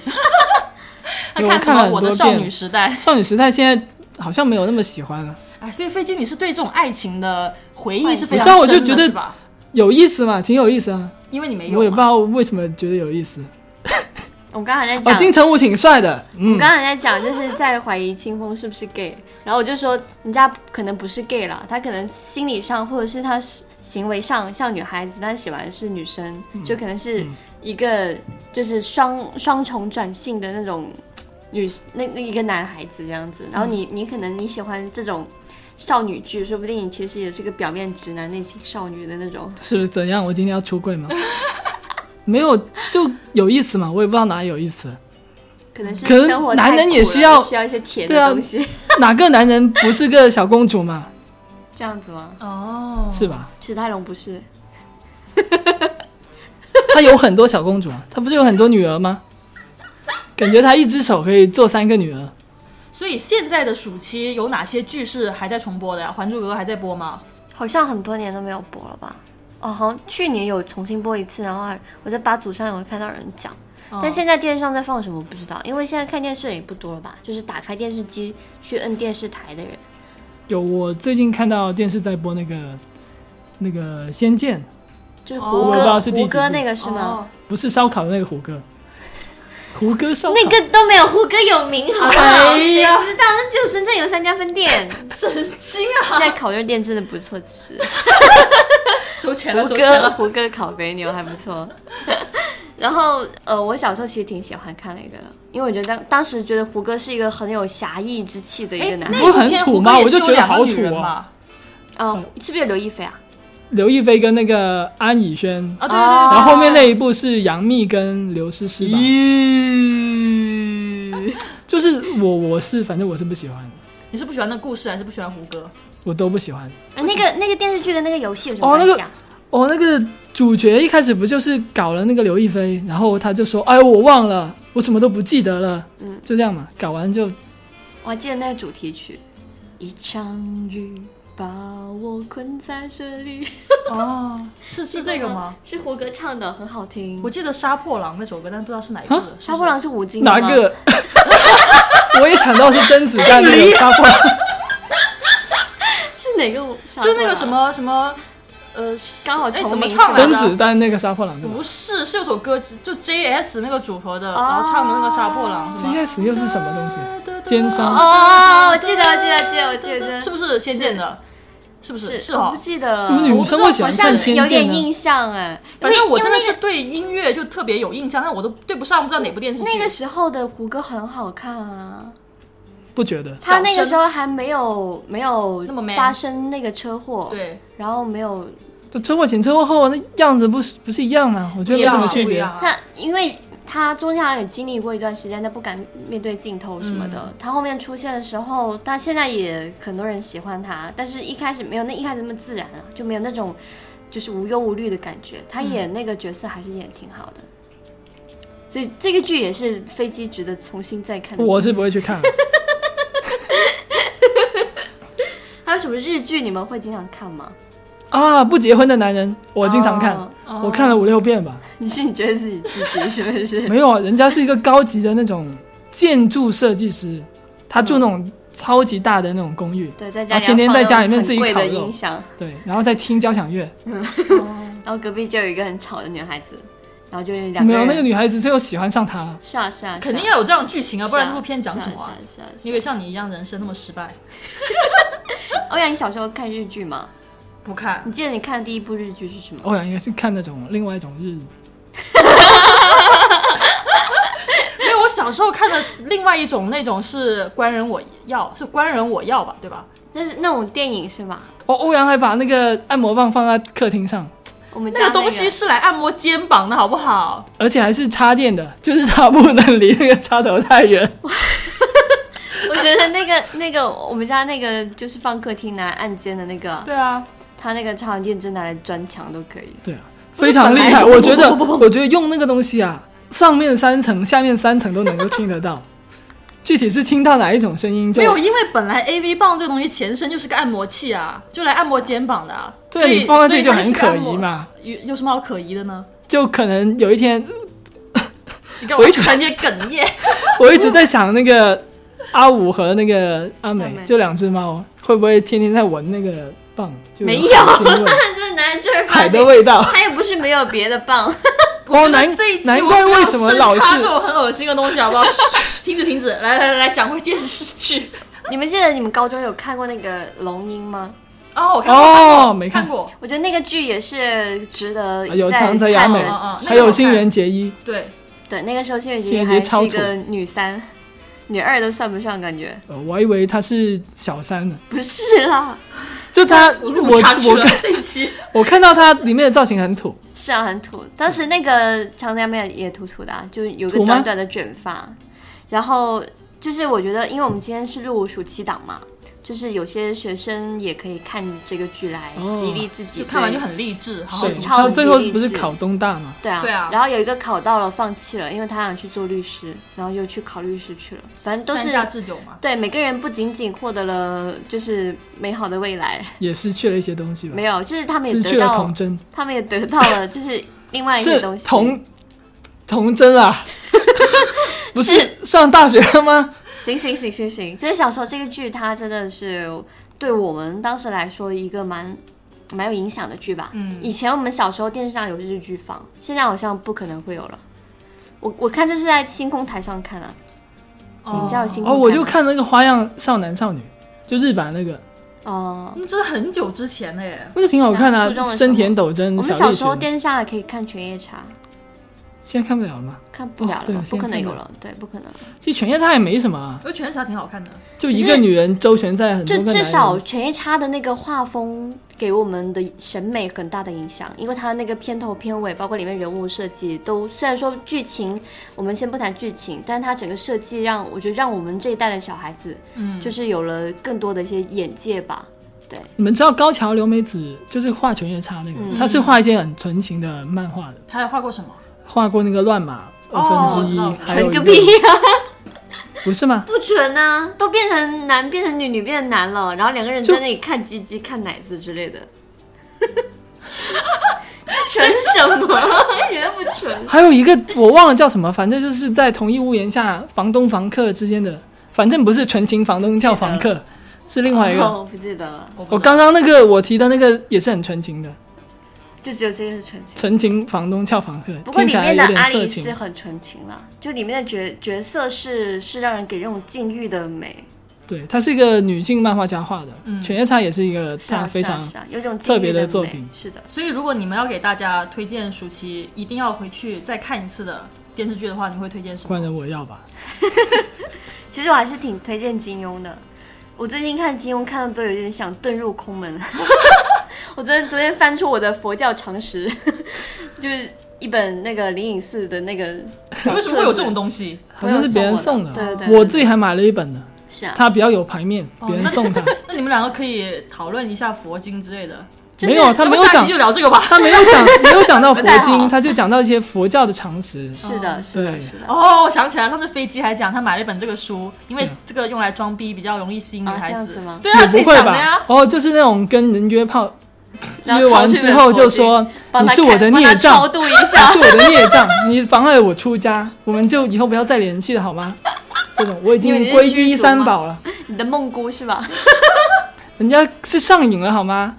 [SPEAKER 1] 他
[SPEAKER 3] 有
[SPEAKER 1] 看什
[SPEAKER 3] 看了
[SPEAKER 1] 么《
[SPEAKER 3] 很
[SPEAKER 1] 我的
[SPEAKER 3] 多
[SPEAKER 1] 少
[SPEAKER 3] 遍
[SPEAKER 1] 女时代》
[SPEAKER 3] 少女时代现在好像没有那么喜欢了，
[SPEAKER 1] 哎，所以飞机你是对这种爱情的回忆是非常
[SPEAKER 3] 你哎知道我就
[SPEAKER 1] 深的
[SPEAKER 3] 觉得
[SPEAKER 1] 是吧？
[SPEAKER 3] 有意思嘛，挺有意思啊。
[SPEAKER 1] 因为你没有嘛，
[SPEAKER 3] 我也不知道为什么觉得有意思。
[SPEAKER 2] 我们刚才在
[SPEAKER 3] 哦，
[SPEAKER 2] 讲
[SPEAKER 3] 金城武挺帅的，
[SPEAKER 2] 我
[SPEAKER 3] 嗯，
[SPEAKER 2] 刚才在讲，就是在怀疑清风是不是 gay，然后我就说人家可能不是 gay 啦，他可能心理上或者是他行为上像女孩子，但是喜欢是女生，
[SPEAKER 3] 嗯
[SPEAKER 2] 就可能是一个就是双双重转性的那种女那那一个男孩子这样子。然后你
[SPEAKER 3] 嗯
[SPEAKER 2] 你可能你喜欢这种少女剧，说不定你其实也是个表面直男，内心少女的那种。
[SPEAKER 3] 是怎样？我今天要出柜吗？没有，就有意思嘛，我也不知道哪里有意思。
[SPEAKER 2] 可能是
[SPEAKER 3] 可能
[SPEAKER 2] 生活太
[SPEAKER 3] 男人也
[SPEAKER 2] 苦了
[SPEAKER 3] 需要
[SPEAKER 2] 需要一些甜
[SPEAKER 3] 对啊
[SPEAKER 2] 的东西，
[SPEAKER 3] 哪个男人不是个小公主嘛？
[SPEAKER 2] 这样子吗？
[SPEAKER 1] 哦，
[SPEAKER 3] 是吧？
[SPEAKER 2] 史泰龙不是，
[SPEAKER 3] 他有很多小公主啊，他不是有很多女儿吗？感觉他一只手可以做三个女儿。
[SPEAKER 1] 所以现在的暑期有哪些剧是还在重播的呀？《还珠格格》还在播吗？
[SPEAKER 2] 好像很多年都没有播了吧？哦，好像去年有重新播一次，然后还我在八组上有看到人讲，
[SPEAKER 1] 嗯
[SPEAKER 2] 但现在电视上在放什么我不知道，因为现在看电视也不多了吧？就是打开电视机去摁电视台的人，
[SPEAKER 3] 有，我最近看到电视在播那个那个《仙剑》，
[SPEAKER 2] 就是
[SPEAKER 1] 哦
[SPEAKER 2] 胡
[SPEAKER 1] 我不
[SPEAKER 2] 歌
[SPEAKER 1] 知
[SPEAKER 3] 道，是第
[SPEAKER 2] 胡
[SPEAKER 3] 几
[SPEAKER 2] 歌
[SPEAKER 3] 部
[SPEAKER 2] 那个是吗？
[SPEAKER 1] 哦
[SPEAKER 3] 不是烧烤的那个胡歌，胡歌烧烤。
[SPEAKER 2] 那个都没有胡歌有名，好不好？
[SPEAKER 1] 哎
[SPEAKER 2] 谁
[SPEAKER 1] 呀
[SPEAKER 2] 知道？那只有深 圳有三家分店。
[SPEAKER 1] 神经啊！
[SPEAKER 2] 那烤肉店真的不错吃，
[SPEAKER 1] 收钱了，
[SPEAKER 2] 胡
[SPEAKER 1] 收钱
[SPEAKER 2] 歌
[SPEAKER 1] 了。
[SPEAKER 2] 胡歌烤肥牛还不错。 然后呃，我小时候其实挺喜欢看那个的，因为我觉得当当时觉得胡歌是一个很有侠义之气的一个
[SPEAKER 1] 哎，
[SPEAKER 2] 男
[SPEAKER 1] 那
[SPEAKER 2] 孩。
[SPEAKER 1] 部
[SPEAKER 3] 不很
[SPEAKER 1] 片
[SPEAKER 3] 土
[SPEAKER 1] 胡
[SPEAKER 3] 吗
[SPEAKER 1] 歌也
[SPEAKER 3] 我就是
[SPEAKER 1] 有
[SPEAKER 3] 觉得
[SPEAKER 1] 两个
[SPEAKER 3] 好
[SPEAKER 1] 女
[SPEAKER 3] 土
[SPEAKER 1] 人
[SPEAKER 3] 哦
[SPEAKER 1] 吧
[SPEAKER 2] 呃，是不是有刘亦菲啊？
[SPEAKER 3] 刘亦菲跟那个安以轩，
[SPEAKER 1] 啊，对对对对
[SPEAKER 3] 然后后面那一部是杨幂跟刘诗诗吧？
[SPEAKER 2] 咦，
[SPEAKER 3] 就是我我是反正我是不喜欢，
[SPEAKER 1] 你是不喜欢那故事，还是不喜欢胡歌？
[SPEAKER 3] 我都不喜欢。
[SPEAKER 2] 呃那个那个电视剧跟那个游戏有什么
[SPEAKER 3] 哦
[SPEAKER 2] 关系啊？
[SPEAKER 3] 哦，那个主角一开始不就是搞了那个刘亦菲，然后他就说：“哎，我忘了，我什么都不记得了。”
[SPEAKER 2] 嗯
[SPEAKER 3] 就这样嘛，搞完就
[SPEAKER 2] 我还记得那个主题曲，一场雨把我困在这里，
[SPEAKER 1] 哦，是是 这个吗？？
[SPEAKER 2] 是胡歌唱的，很好听
[SPEAKER 1] 我。记得《杀破狼》那首歌，但不知道是哪一个。是不是
[SPEAKER 2] 杀破狼是吴京的
[SPEAKER 3] 哪
[SPEAKER 2] 吗？
[SPEAKER 3] 个？ 我也想到是甄子丹的 《杀破狼》，
[SPEAKER 2] 是哪个杀破狼？
[SPEAKER 1] 就是那个什么什么，呃，
[SPEAKER 2] 刚好
[SPEAKER 1] 哎
[SPEAKER 2] 重
[SPEAKER 1] 怎么
[SPEAKER 2] 名
[SPEAKER 1] 唱
[SPEAKER 2] 是
[SPEAKER 1] 来
[SPEAKER 2] 吧
[SPEAKER 3] 甄
[SPEAKER 1] 着？
[SPEAKER 3] 子丹那个《杀破狼》对吧
[SPEAKER 1] 不是，是有首歌就 JS 那个组合的，
[SPEAKER 2] 啊
[SPEAKER 1] 然后唱的那个《杀破狼》是吗？
[SPEAKER 3] ？CS 又是什么东西？奸商
[SPEAKER 2] 哦，我记得，我记得，我记得，我记得，
[SPEAKER 1] 是不是《仙剑》的？是不是？
[SPEAKER 2] 是
[SPEAKER 1] 是
[SPEAKER 2] 我
[SPEAKER 1] 哦
[SPEAKER 2] 不。记得
[SPEAKER 3] 什么
[SPEAKER 2] 了，
[SPEAKER 3] 女生会喜
[SPEAKER 1] 我不知
[SPEAKER 3] 欢
[SPEAKER 1] 道
[SPEAKER 3] 看
[SPEAKER 2] 像
[SPEAKER 1] 好
[SPEAKER 3] 《仙
[SPEAKER 2] 有
[SPEAKER 3] 剑》
[SPEAKER 2] 点
[SPEAKER 3] 呢？
[SPEAKER 2] 印象哎，
[SPEAKER 1] 反正我
[SPEAKER 2] 因
[SPEAKER 1] 真
[SPEAKER 2] 为
[SPEAKER 1] 的是对音乐就特别有印象，但我都对不上，不知道哪部电视剧。
[SPEAKER 2] 那个时候的胡歌很好看啊，
[SPEAKER 3] 不觉得？
[SPEAKER 2] 他那
[SPEAKER 1] 小
[SPEAKER 2] 个
[SPEAKER 1] 生
[SPEAKER 2] 时候还没有没有
[SPEAKER 1] 那么 man
[SPEAKER 2] 发生那个车祸，，
[SPEAKER 1] 对，
[SPEAKER 2] 然后没有
[SPEAKER 3] 就车祸前车祸后啊那样子不是不是一样吗？我觉得没什么区
[SPEAKER 1] 不一
[SPEAKER 3] 别。
[SPEAKER 1] 样啊。
[SPEAKER 2] 他，因为他中间好像也经历过一段时间，他不敢面对镜头什么的。
[SPEAKER 1] 嗯
[SPEAKER 2] 他后面出现的时候，他现在也很多人喜欢他，但是一开始没有那一开始那么自然了、就没有那种就是无忧无虑的感觉。他
[SPEAKER 1] 嗯
[SPEAKER 2] 演那个角色还是演挺好的。所以这个剧也是飞机值得重新再看的。
[SPEAKER 3] 我是不会去看，
[SPEAKER 2] 还有什么日剧你们会经常看吗？
[SPEAKER 3] 啊！不结婚的男人，我经常看，
[SPEAKER 2] 哦
[SPEAKER 1] 啊
[SPEAKER 3] 我看了五六遍吧。
[SPEAKER 2] 你是你觉得自己自己是不是？
[SPEAKER 3] 没有啊，人家是一个高级的那种建筑设计师，他住那种超级大的那种公寓，
[SPEAKER 2] 对，在家里
[SPEAKER 3] 啊天天
[SPEAKER 2] 要放
[SPEAKER 3] 在家
[SPEAKER 2] 那
[SPEAKER 3] 里
[SPEAKER 2] 种
[SPEAKER 3] 面
[SPEAKER 2] 很
[SPEAKER 3] 自己
[SPEAKER 2] 贵
[SPEAKER 3] 烤
[SPEAKER 2] 的
[SPEAKER 3] 肉
[SPEAKER 2] 音响，
[SPEAKER 3] 对，然后再听交响乐。
[SPEAKER 2] 然后隔壁就有一个很吵的女孩子，然后就两个
[SPEAKER 3] 没
[SPEAKER 2] 人
[SPEAKER 3] 有那个女孩子最后喜欢上他了，
[SPEAKER 2] 是啊是啊，
[SPEAKER 1] 肯定
[SPEAKER 2] 要
[SPEAKER 1] 要有这样的剧情啊，不然这部片讲什么啊
[SPEAKER 2] 啊？？是啊
[SPEAKER 1] 你以
[SPEAKER 2] 是啊
[SPEAKER 1] 为像你一样人生那么失败？
[SPEAKER 2] 是啊。欧阳，你小时候看日剧吗？
[SPEAKER 1] 不看，
[SPEAKER 2] 你记得你看的第一部日剧是什么？
[SPEAKER 3] 欧阳应该是看那种另外一种日，
[SPEAKER 1] 因为我小时候看的另外一种那种是官人我要，是官人我要吧，对吧？
[SPEAKER 2] 那是那种电影是吧？
[SPEAKER 3] 哦，欧阳还把那个按摩棒放在客厅上，
[SPEAKER 2] 我们家
[SPEAKER 1] 那个东西是来按摩肩膀的好不好？
[SPEAKER 3] 而且还是插电的，就是他不能离那个插头太远。
[SPEAKER 2] 我觉得那个那个我们家那个就是放客厅拿来按键的那个，
[SPEAKER 1] 对啊，
[SPEAKER 2] 他那个插完电针拿来钻墙都可以。
[SPEAKER 3] 对啊，非常厉害，我觉得，我觉得用那个东西啊，上面三层，下面三层都能够听得到， 具体是听到哪一种声音就
[SPEAKER 1] 没有，因为本来 A V 棒这个东西前身就是个按摩器啊，就来按摩肩膀的啊。
[SPEAKER 3] 对
[SPEAKER 1] 所以
[SPEAKER 3] 你放在这里就
[SPEAKER 1] 所以它
[SPEAKER 3] 很
[SPEAKER 1] 是个
[SPEAKER 3] 可
[SPEAKER 1] 按摩
[SPEAKER 3] 疑。嘛，
[SPEAKER 1] 有有什么好可疑的呢？
[SPEAKER 3] 就可能有一天
[SPEAKER 1] 你看
[SPEAKER 3] 我
[SPEAKER 1] 我
[SPEAKER 3] 一直
[SPEAKER 1] 突然间哽咽，
[SPEAKER 3] 我一直在想那个阿五和那个阿
[SPEAKER 2] 阿
[SPEAKER 3] 美
[SPEAKER 2] 美，
[SPEAKER 3] 就两只猫，会不会天天在闻那个棒？就
[SPEAKER 2] 没
[SPEAKER 3] 有 海 腥味
[SPEAKER 2] 那这拿来这儿
[SPEAKER 3] 海的味道。
[SPEAKER 2] 他也不是没有别的棒，
[SPEAKER 3] 哦，难
[SPEAKER 1] 这一期
[SPEAKER 3] 难
[SPEAKER 1] 我
[SPEAKER 3] 怪
[SPEAKER 1] 不要
[SPEAKER 3] 为什么
[SPEAKER 1] 深
[SPEAKER 3] 老是
[SPEAKER 1] 插这种很恶心的东西，好 不好？嘘停止停止，来来来，讲回电视剧。
[SPEAKER 2] 你们记得你们高中有看过那个《龙樱》吗？
[SPEAKER 1] 哦，我看过
[SPEAKER 3] 哦，没
[SPEAKER 1] 看
[SPEAKER 3] 看，
[SPEAKER 1] 过，
[SPEAKER 2] 我觉得那个剧也是值得
[SPEAKER 3] 啊有
[SPEAKER 2] 再
[SPEAKER 3] 长泽雅
[SPEAKER 2] 看
[SPEAKER 3] 美
[SPEAKER 1] 嗯
[SPEAKER 2] 的
[SPEAKER 1] 嗯，
[SPEAKER 3] 还
[SPEAKER 1] 那个
[SPEAKER 3] 有
[SPEAKER 1] 我看
[SPEAKER 3] 新垣结衣，
[SPEAKER 1] 对，
[SPEAKER 2] 对，那个时候新垣结
[SPEAKER 3] 新
[SPEAKER 2] 衣
[SPEAKER 3] 垣结
[SPEAKER 2] 还
[SPEAKER 3] 衣超
[SPEAKER 2] 是一
[SPEAKER 3] 土
[SPEAKER 2] 个女三，女二都算不上，感觉
[SPEAKER 3] 呃我还以为她是小三呢。
[SPEAKER 2] 不是啦。
[SPEAKER 3] 就她，
[SPEAKER 1] 我
[SPEAKER 3] 我
[SPEAKER 1] 录不下去了
[SPEAKER 3] 我
[SPEAKER 1] 这一期。
[SPEAKER 3] 我看到她里面的造型很土，
[SPEAKER 2] 是啊，很土。当时那个长泽雅美也土土的、啊，就有个
[SPEAKER 3] 土吗
[SPEAKER 2] 短短的卷发，然后就是我觉得，因为我们今天是录暑期档嘛，就是有些学生也可以看这个剧来
[SPEAKER 3] 哦
[SPEAKER 2] 激励自己，
[SPEAKER 1] 就看完
[SPEAKER 2] 对
[SPEAKER 1] 就很励志，好好
[SPEAKER 3] 是
[SPEAKER 1] 读
[SPEAKER 2] 是哦超
[SPEAKER 3] 她
[SPEAKER 2] 级
[SPEAKER 3] 最后
[SPEAKER 2] 励
[SPEAKER 3] 不是
[SPEAKER 2] 志
[SPEAKER 3] 考东大嘛？
[SPEAKER 2] 对啊，
[SPEAKER 1] 对啊
[SPEAKER 2] 然后有一个考到了，放弃了，因为他想去做律师，然后又去考律师去了，反正都
[SPEAKER 1] 山
[SPEAKER 2] 是
[SPEAKER 1] 下智久嘛。
[SPEAKER 2] 对每个人不仅仅获得了就是美好的未来，
[SPEAKER 3] 也失去了一些东西吧
[SPEAKER 2] 没，有，就是他们也
[SPEAKER 3] 失
[SPEAKER 2] 得
[SPEAKER 3] 去了
[SPEAKER 2] 到
[SPEAKER 3] 童，真，
[SPEAKER 2] 他们也得到了就是另外一些
[SPEAKER 3] 是
[SPEAKER 2] 东西，
[SPEAKER 3] 童童真啊，不是上大学了吗？
[SPEAKER 2] 行行行行行，这是小时候这个剧，它真的是对我们当时来说一个蛮蛮有影响的剧吧。
[SPEAKER 1] 嗯
[SPEAKER 2] 以前我们小时候电视上有日剧放，现在好像不可能会有了。我我看这是在星空台上看啊，你们家有星空
[SPEAKER 3] 哦，
[SPEAKER 2] 台
[SPEAKER 3] 我就
[SPEAKER 2] 吗
[SPEAKER 3] 看那个《花样少男少女》，就日版那个，
[SPEAKER 2] 哦、
[SPEAKER 1] 那嗯真的很久之前了耶。
[SPEAKER 3] 那个挺好看的、
[SPEAKER 2] 是啊初中的时
[SPEAKER 3] 啊，
[SPEAKER 2] 候
[SPEAKER 3] 深田斗真、
[SPEAKER 2] 我们
[SPEAKER 3] 小
[SPEAKER 2] 小
[SPEAKER 3] 栗
[SPEAKER 2] 时候
[SPEAKER 3] 旬，
[SPEAKER 2] 电视上还可以看《犬夜叉》，
[SPEAKER 3] 现在看不了了吗？
[SPEAKER 2] 看不了
[SPEAKER 3] 哦对
[SPEAKER 2] 了吧，不
[SPEAKER 3] 现在
[SPEAKER 2] 可能
[SPEAKER 3] 看不
[SPEAKER 2] 有
[SPEAKER 3] 了
[SPEAKER 2] 了，对，不可能。
[SPEAKER 3] 其实《犬夜叉》也没什么啊
[SPEAKER 1] 我，觉得全啥挺好看的，
[SPEAKER 3] 就一个女人周旋在很多
[SPEAKER 2] 就
[SPEAKER 3] 个男人。
[SPEAKER 2] 至少犬夜叉的那个画风给我们的审美很大的影响，因为它那个片头、片尾，包括里面人物设计都，虽然说剧情我们先不谈剧情，但它整个设计让我觉得让我们这一代的小孩子，嗯，就是有了更多的一些眼界吧。对，
[SPEAKER 3] 你们知道高桥留美子就是画《犬夜叉》那
[SPEAKER 2] 嗯
[SPEAKER 3] 个，她是画一些很纯情的漫画的，
[SPEAKER 1] 他还画过什么？
[SPEAKER 3] 画过那个乱马二分之一
[SPEAKER 1] 哦我知道，
[SPEAKER 3] 还有
[SPEAKER 2] 纯个
[SPEAKER 3] 一
[SPEAKER 2] 屁呀、
[SPEAKER 3] 不是吗？
[SPEAKER 2] 不纯啊，都变成男变成女，女变成男了，然后两个人
[SPEAKER 3] 就
[SPEAKER 2] 在那里看鸡鸡、看奶子之类的。 这纯什么？一点都不纯。啊
[SPEAKER 3] 还有一个我忘了叫什么，反正就是在同一屋檐下，房东房客之间的，反正不是纯情房东叫房客，是另外一
[SPEAKER 2] 哦
[SPEAKER 3] 个。
[SPEAKER 2] 我不记得了，
[SPEAKER 1] 不知
[SPEAKER 3] 我
[SPEAKER 1] 道
[SPEAKER 3] 刚刚那个我提的那个也是很纯情的，
[SPEAKER 2] 就只有这个是纯情。
[SPEAKER 3] 纯情房东叫房客，
[SPEAKER 2] 不过
[SPEAKER 3] 听
[SPEAKER 2] 里
[SPEAKER 3] 起来
[SPEAKER 2] 面
[SPEAKER 3] 有
[SPEAKER 2] 的阿
[SPEAKER 3] 点色
[SPEAKER 2] 狸是
[SPEAKER 3] 情。
[SPEAKER 2] 很纯情了，就里面的角角色是是让人给这种禁欲的美，
[SPEAKER 3] 对，她是一个女性漫画家画的，犬夜叉》也是一个
[SPEAKER 2] 是
[SPEAKER 3] 她
[SPEAKER 2] 啊
[SPEAKER 3] 非
[SPEAKER 2] 嗯是
[SPEAKER 3] 常
[SPEAKER 2] 啊是啊，有种
[SPEAKER 3] 特
[SPEAKER 2] 禁
[SPEAKER 3] 别
[SPEAKER 2] 欲
[SPEAKER 3] 的
[SPEAKER 2] 的
[SPEAKER 3] 作
[SPEAKER 2] 美
[SPEAKER 3] 品
[SPEAKER 2] 是的，
[SPEAKER 1] 所以如果你们要给大家推荐暑期一定要回去再看一次的电视剧的话，你们会推荐什
[SPEAKER 3] 关
[SPEAKER 1] 么？
[SPEAKER 3] 人我要吧。
[SPEAKER 2] 其实我还是挺推荐金庸的。我最近看金庸看的都有点想遁入空门。 我昨天昨天翻出我的佛教常识， 就是一本那个灵隐寺的那个小
[SPEAKER 1] 为
[SPEAKER 2] 册子。
[SPEAKER 1] 什么会有这种东西？
[SPEAKER 3] 好像是别人送的，啊
[SPEAKER 2] 对对对对哦
[SPEAKER 3] 我自己还买了一本呢，
[SPEAKER 2] 是啊，
[SPEAKER 3] 它比较有牌面，别人送 他，
[SPEAKER 1] 那你们两个可以讨论一下佛经之类的。
[SPEAKER 2] 就是
[SPEAKER 3] 没有他
[SPEAKER 1] 要
[SPEAKER 3] 没
[SPEAKER 1] 不
[SPEAKER 3] 有
[SPEAKER 1] 下
[SPEAKER 3] 讲
[SPEAKER 1] 期，就聊这个 吧。
[SPEAKER 3] 他没有讲没有讲到佛
[SPEAKER 2] 不太
[SPEAKER 3] 经，
[SPEAKER 2] 好
[SPEAKER 3] 他就讲到一些佛教的常识，
[SPEAKER 2] 是的，是的，
[SPEAKER 3] 对
[SPEAKER 2] 是的。
[SPEAKER 1] 哦，我想起来，上次飞机还讲他买了一本这个书，因为
[SPEAKER 3] 对
[SPEAKER 1] 这个用来装逼比较容易吸引女
[SPEAKER 2] 啊这
[SPEAKER 1] 孩
[SPEAKER 2] 样
[SPEAKER 1] 子。
[SPEAKER 2] 子吗
[SPEAKER 1] 对啊，
[SPEAKER 3] 嗯也
[SPEAKER 1] 他自
[SPEAKER 3] 不
[SPEAKER 1] 己
[SPEAKER 3] 会
[SPEAKER 1] 讲的
[SPEAKER 3] 吧
[SPEAKER 1] 呀？？
[SPEAKER 3] 哦，就是那种跟人约炮，
[SPEAKER 2] 然
[SPEAKER 3] 约
[SPEAKER 2] 后
[SPEAKER 3] 完之后就说
[SPEAKER 2] 帮
[SPEAKER 3] 你
[SPEAKER 2] 他
[SPEAKER 3] 是我的
[SPEAKER 2] 看帮他
[SPEAKER 3] 孽障
[SPEAKER 2] 超，度一
[SPEAKER 3] 你
[SPEAKER 2] 下
[SPEAKER 3] 是。我的孽障， 你妨碍了我出家，我们就以后不要再联系了好吗？ 这种我已经
[SPEAKER 2] 你以为
[SPEAKER 3] 皈
[SPEAKER 2] 是虚
[SPEAKER 3] 依
[SPEAKER 2] 竹
[SPEAKER 3] 三
[SPEAKER 2] 吗
[SPEAKER 3] 宝了，
[SPEAKER 2] 你的梦姑是吧？
[SPEAKER 3] 人家是上瘾了好吗？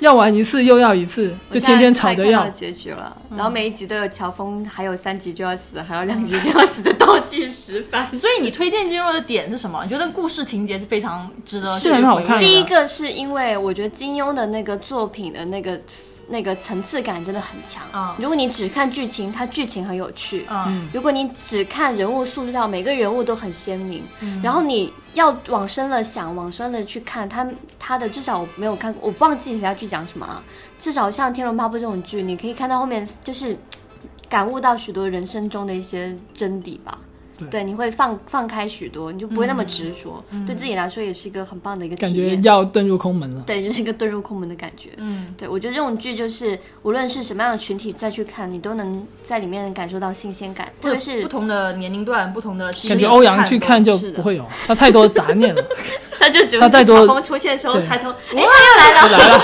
[SPEAKER 3] 要完一次又要一次，就天天吵着
[SPEAKER 2] 我现在快
[SPEAKER 3] 要嗯
[SPEAKER 2] 看到。结局了。然后每一集都有乔峰，还有三集就要死，还有两集就要死的倒计时番。
[SPEAKER 1] 所以你推荐金庸的点是什么？你觉得故事情节是非常值得
[SPEAKER 3] 是
[SPEAKER 1] 去
[SPEAKER 3] 很好
[SPEAKER 1] 回味
[SPEAKER 3] 看的
[SPEAKER 2] 第一个是因为我觉得金庸的那个作品的那个那个层次感真的很强。
[SPEAKER 1] 嗯
[SPEAKER 2] 如果你只看剧情，它剧情很有趣。
[SPEAKER 1] 嗯，
[SPEAKER 2] 如果你只看人物塑造，每个人物都很鲜明，然后你要往深了想，往深了去看，他他的至少我没有看过，我忘记其他剧讲什么啊。至少像《天龙八部》这种剧，你可以看到后面就是嘖感悟到许多人生中的一些真理吧。
[SPEAKER 3] 对
[SPEAKER 2] 你会放放开许多，你就不会那么执着，对自己来说也是一个很棒的一个
[SPEAKER 3] 感
[SPEAKER 2] 体
[SPEAKER 3] 觉
[SPEAKER 2] 验。
[SPEAKER 3] 要遁入空门了，
[SPEAKER 2] 对，就是一个遁入空门的感觉。
[SPEAKER 1] 嗯，
[SPEAKER 2] 对，我觉得这种剧就是无论是什么样的群体再去看，你都能在里面感受到新鲜感，特
[SPEAKER 1] 或
[SPEAKER 2] 别
[SPEAKER 1] 者
[SPEAKER 2] 是
[SPEAKER 1] 不同的年龄段、不同的
[SPEAKER 3] 感觉欧阳去看就是不会有，哦他太多杂念 了。
[SPEAKER 2] 他就只
[SPEAKER 3] 他
[SPEAKER 2] 会
[SPEAKER 3] 再
[SPEAKER 2] 在
[SPEAKER 3] 多
[SPEAKER 2] 乔峰出现的时候
[SPEAKER 3] 对
[SPEAKER 2] 抬头，哎，他又来了，
[SPEAKER 3] 来了，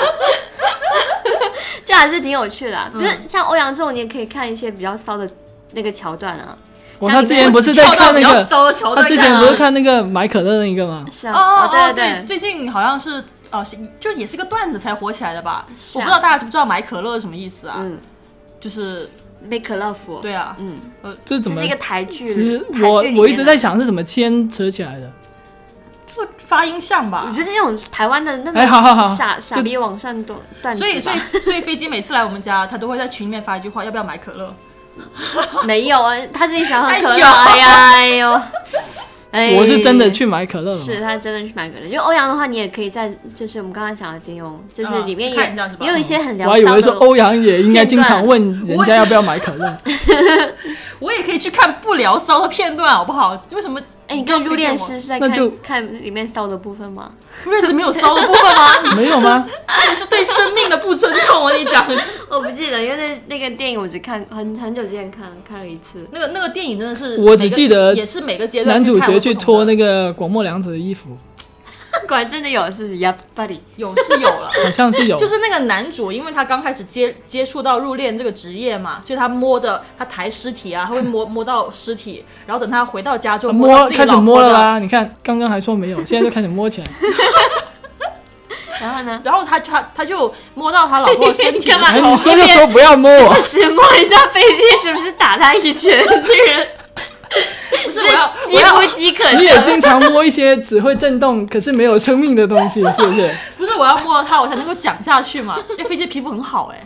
[SPEAKER 2] 这还是挺有趣的啊、
[SPEAKER 1] 嗯
[SPEAKER 2] 比如像欧阳这种，你也可以看一些比较骚的那个桥段啊。
[SPEAKER 3] 我
[SPEAKER 2] 像
[SPEAKER 3] 他
[SPEAKER 2] 你
[SPEAKER 3] 之
[SPEAKER 2] 们
[SPEAKER 3] 前不是在看那个，
[SPEAKER 1] 骚的桥
[SPEAKER 3] 他
[SPEAKER 1] 段
[SPEAKER 3] 之
[SPEAKER 1] 看
[SPEAKER 3] 前
[SPEAKER 1] 啊
[SPEAKER 3] 不是看那个买可乐那个吗？
[SPEAKER 2] 是
[SPEAKER 1] 哦
[SPEAKER 2] 啊，
[SPEAKER 1] 哦
[SPEAKER 2] 哦
[SPEAKER 1] 哦
[SPEAKER 2] 对
[SPEAKER 1] 最近好像是呃，是就也是个段子才火起来的吧？
[SPEAKER 2] 是
[SPEAKER 1] 我
[SPEAKER 2] 啊
[SPEAKER 1] 不知道大家知不知道买可乐是什么意思啊？
[SPEAKER 2] 嗯
[SPEAKER 1] 就是
[SPEAKER 2] ，Make Love，
[SPEAKER 1] 对啊，
[SPEAKER 2] 嗯，
[SPEAKER 3] 这怎
[SPEAKER 2] 这
[SPEAKER 3] 么
[SPEAKER 2] 是一？个台剧。
[SPEAKER 3] 其实
[SPEAKER 2] 台剧
[SPEAKER 3] 我
[SPEAKER 2] 里面
[SPEAKER 3] 我一直
[SPEAKER 2] 的
[SPEAKER 3] 在，想是怎么牵扯起来的。
[SPEAKER 1] 就发音像吧
[SPEAKER 2] 我。觉得这种台湾的那
[SPEAKER 3] 哎好好好
[SPEAKER 2] 种傻傻
[SPEAKER 3] 就
[SPEAKER 2] 逼网上段段子
[SPEAKER 1] 所以，所以
[SPEAKER 2] 吧，
[SPEAKER 1] 所以飞机每次来我们家，他都会在群里面发一句话：要不要买可乐？
[SPEAKER 2] 没有啊，他自己想很可
[SPEAKER 1] 哎
[SPEAKER 2] 乐，
[SPEAKER 1] 呦
[SPEAKER 2] 哎呀，哎呦，哎，
[SPEAKER 3] 我是真的去买可乐了
[SPEAKER 2] 是
[SPEAKER 3] 嘛，
[SPEAKER 2] 他真的去买可乐，就欧阳的话，你也可以在，就是我们刚才讲的金庸，就是
[SPEAKER 1] 嗯
[SPEAKER 2] 里面
[SPEAKER 1] 去
[SPEAKER 2] 也、
[SPEAKER 1] 看一下是吧
[SPEAKER 2] 也有一些很
[SPEAKER 3] 嗯我
[SPEAKER 2] 聊
[SPEAKER 3] 还以为说
[SPEAKER 2] 骚的，
[SPEAKER 3] 欧阳也应该经常问人家要不要买 可乐。
[SPEAKER 1] 我也可以去看不聊骚的片段，好不好？为什么？
[SPEAKER 2] 哎、你看入殓师是在看
[SPEAKER 3] 那就
[SPEAKER 2] 看里面骚的部分吗？
[SPEAKER 1] 瑞士没有骚的部分吗？你
[SPEAKER 3] 没有吗？
[SPEAKER 1] 这是对生命的不尊重。我跟你 讲，
[SPEAKER 2] 我不记得，因为那那个电影我只看很很久之前看了看了一次，
[SPEAKER 1] 那个那个电影真的是每个，
[SPEAKER 3] 我只记得
[SPEAKER 1] 也是每个阶段
[SPEAKER 3] 男主角去脱那
[SPEAKER 1] 个，
[SPEAKER 3] 个广末凉子的衣服，
[SPEAKER 2] 果然真的有，是不是 y a b u d y
[SPEAKER 1] 有是有 了。
[SPEAKER 3] 好像 是有，
[SPEAKER 1] 就是那个男主，因为他刚开始接接触到入殓这个职业嘛，所以他摸的，他抬尸体啊，他会摸摸到尸体，然后等他回到家就摸到
[SPEAKER 3] 摸
[SPEAKER 1] 自己
[SPEAKER 3] 开
[SPEAKER 1] 老
[SPEAKER 3] 始
[SPEAKER 1] 婆
[SPEAKER 3] 摸了
[SPEAKER 1] 的
[SPEAKER 3] 啦。你看刚刚还说没有，现在就开始摸 起来。
[SPEAKER 2] 然后呢？
[SPEAKER 1] 然后他他他就摸到他老婆的身体的
[SPEAKER 2] 干嘛
[SPEAKER 1] 时
[SPEAKER 3] 哎，
[SPEAKER 1] 候
[SPEAKER 3] 你，说就说不 要摸我
[SPEAKER 2] 不。是摸一下飞机，是不是打他一拳？这个人
[SPEAKER 1] 不是我要
[SPEAKER 2] 饥
[SPEAKER 1] 我要
[SPEAKER 2] 不饥渴
[SPEAKER 3] 你
[SPEAKER 2] 症
[SPEAKER 3] 也经常摸一些只会震动可是没有生命的东西，是不是？
[SPEAKER 1] 不是我要摸了它我才能够讲下去 嘛？因为飞机皮肤很好哎、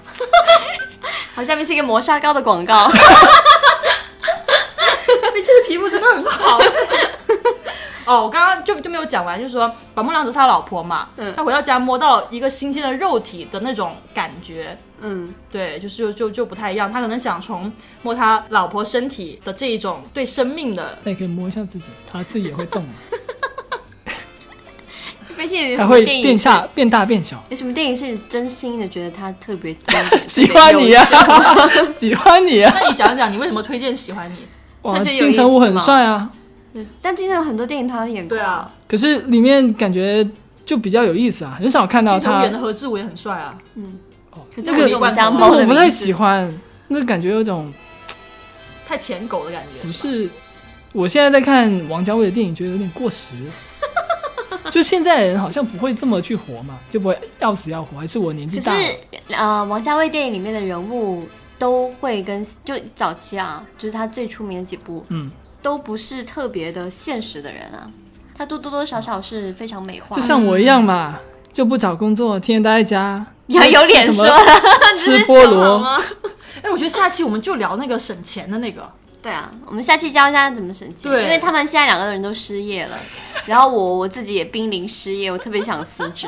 [SPEAKER 2] 好，下面是一个磨砂膏的广告。
[SPEAKER 1] 飞机的皮肤真的很好。哦，我刚刚就就没有讲完，就是说宝木良子他老婆嘛，
[SPEAKER 2] 嗯
[SPEAKER 1] 他回到家摸到一个新鲜的肉体的那种感觉，
[SPEAKER 2] 嗯，
[SPEAKER 1] 对，就是就就就不太一样。他可能想从摸他老婆身体的这一种对生命的，
[SPEAKER 3] 那也可以摸一下自己，它自己也会动嘛，
[SPEAKER 2] 飞信有
[SPEAKER 3] 还
[SPEAKER 2] 什么
[SPEAKER 3] 会
[SPEAKER 2] 电影
[SPEAKER 3] 变？大、变大、变小。？
[SPEAKER 2] 有什么电影是你真心的觉得它特别精
[SPEAKER 3] 喜欢你啊呀、 喜欢你啊呀、
[SPEAKER 1] 那你讲讲你为什么推荐喜欢你？
[SPEAKER 3] 哇，
[SPEAKER 2] 那就有
[SPEAKER 3] 金城武很帅啊，
[SPEAKER 2] 对但今天有很多电影他演过。
[SPEAKER 1] 对啊，，
[SPEAKER 3] 可是里面感觉就比较有意思啊，很少看到
[SPEAKER 1] 金城
[SPEAKER 3] 他
[SPEAKER 1] 演。的何志武也很帅啊，
[SPEAKER 2] 可
[SPEAKER 3] 那
[SPEAKER 2] 是
[SPEAKER 3] 个
[SPEAKER 2] 我是我们家
[SPEAKER 1] 那
[SPEAKER 3] 那
[SPEAKER 2] 猫的
[SPEAKER 3] 我不太
[SPEAKER 2] 名字
[SPEAKER 3] 喜欢，那感觉有种
[SPEAKER 1] 太舔狗的感觉。
[SPEAKER 3] 不是。我现在在看王家卫的电影，觉得有点 过时。就现在人好像不会这么去活嘛，就不会要死要活，还是我年纪
[SPEAKER 2] 可
[SPEAKER 3] 大了？
[SPEAKER 2] 是呃，王家卫电影里面的人物都会跟就早期啊，就是他最出名的几部，
[SPEAKER 3] 嗯，
[SPEAKER 2] 都不是特别的现实的人啊，他都多多少少是非常美化
[SPEAKER 3] 就
[SPEAKER 2] 的。
[SPEAKER 3] 像我一样嘛，就不找工作，天天待在家。
[SPEAKER 2] 你要有脸
[SPEAKER 3] 吃什
[SPEAKER 2] 说啊
[SPEAKER 3] 么，吃菠萝，
[SPEAKER 2] 吗？
[SPEAKER 1] 哎，我觉得下期我们就聊那个省钱的那个，
[SPEAKER 2] 对啊，我们下期教大家怎么省钱，
[SPEAKER 1] 对
[SPEAKER 2] 因为他们现在两个人都失业了，然后我 我自己也濒临失业，我特别想辞职，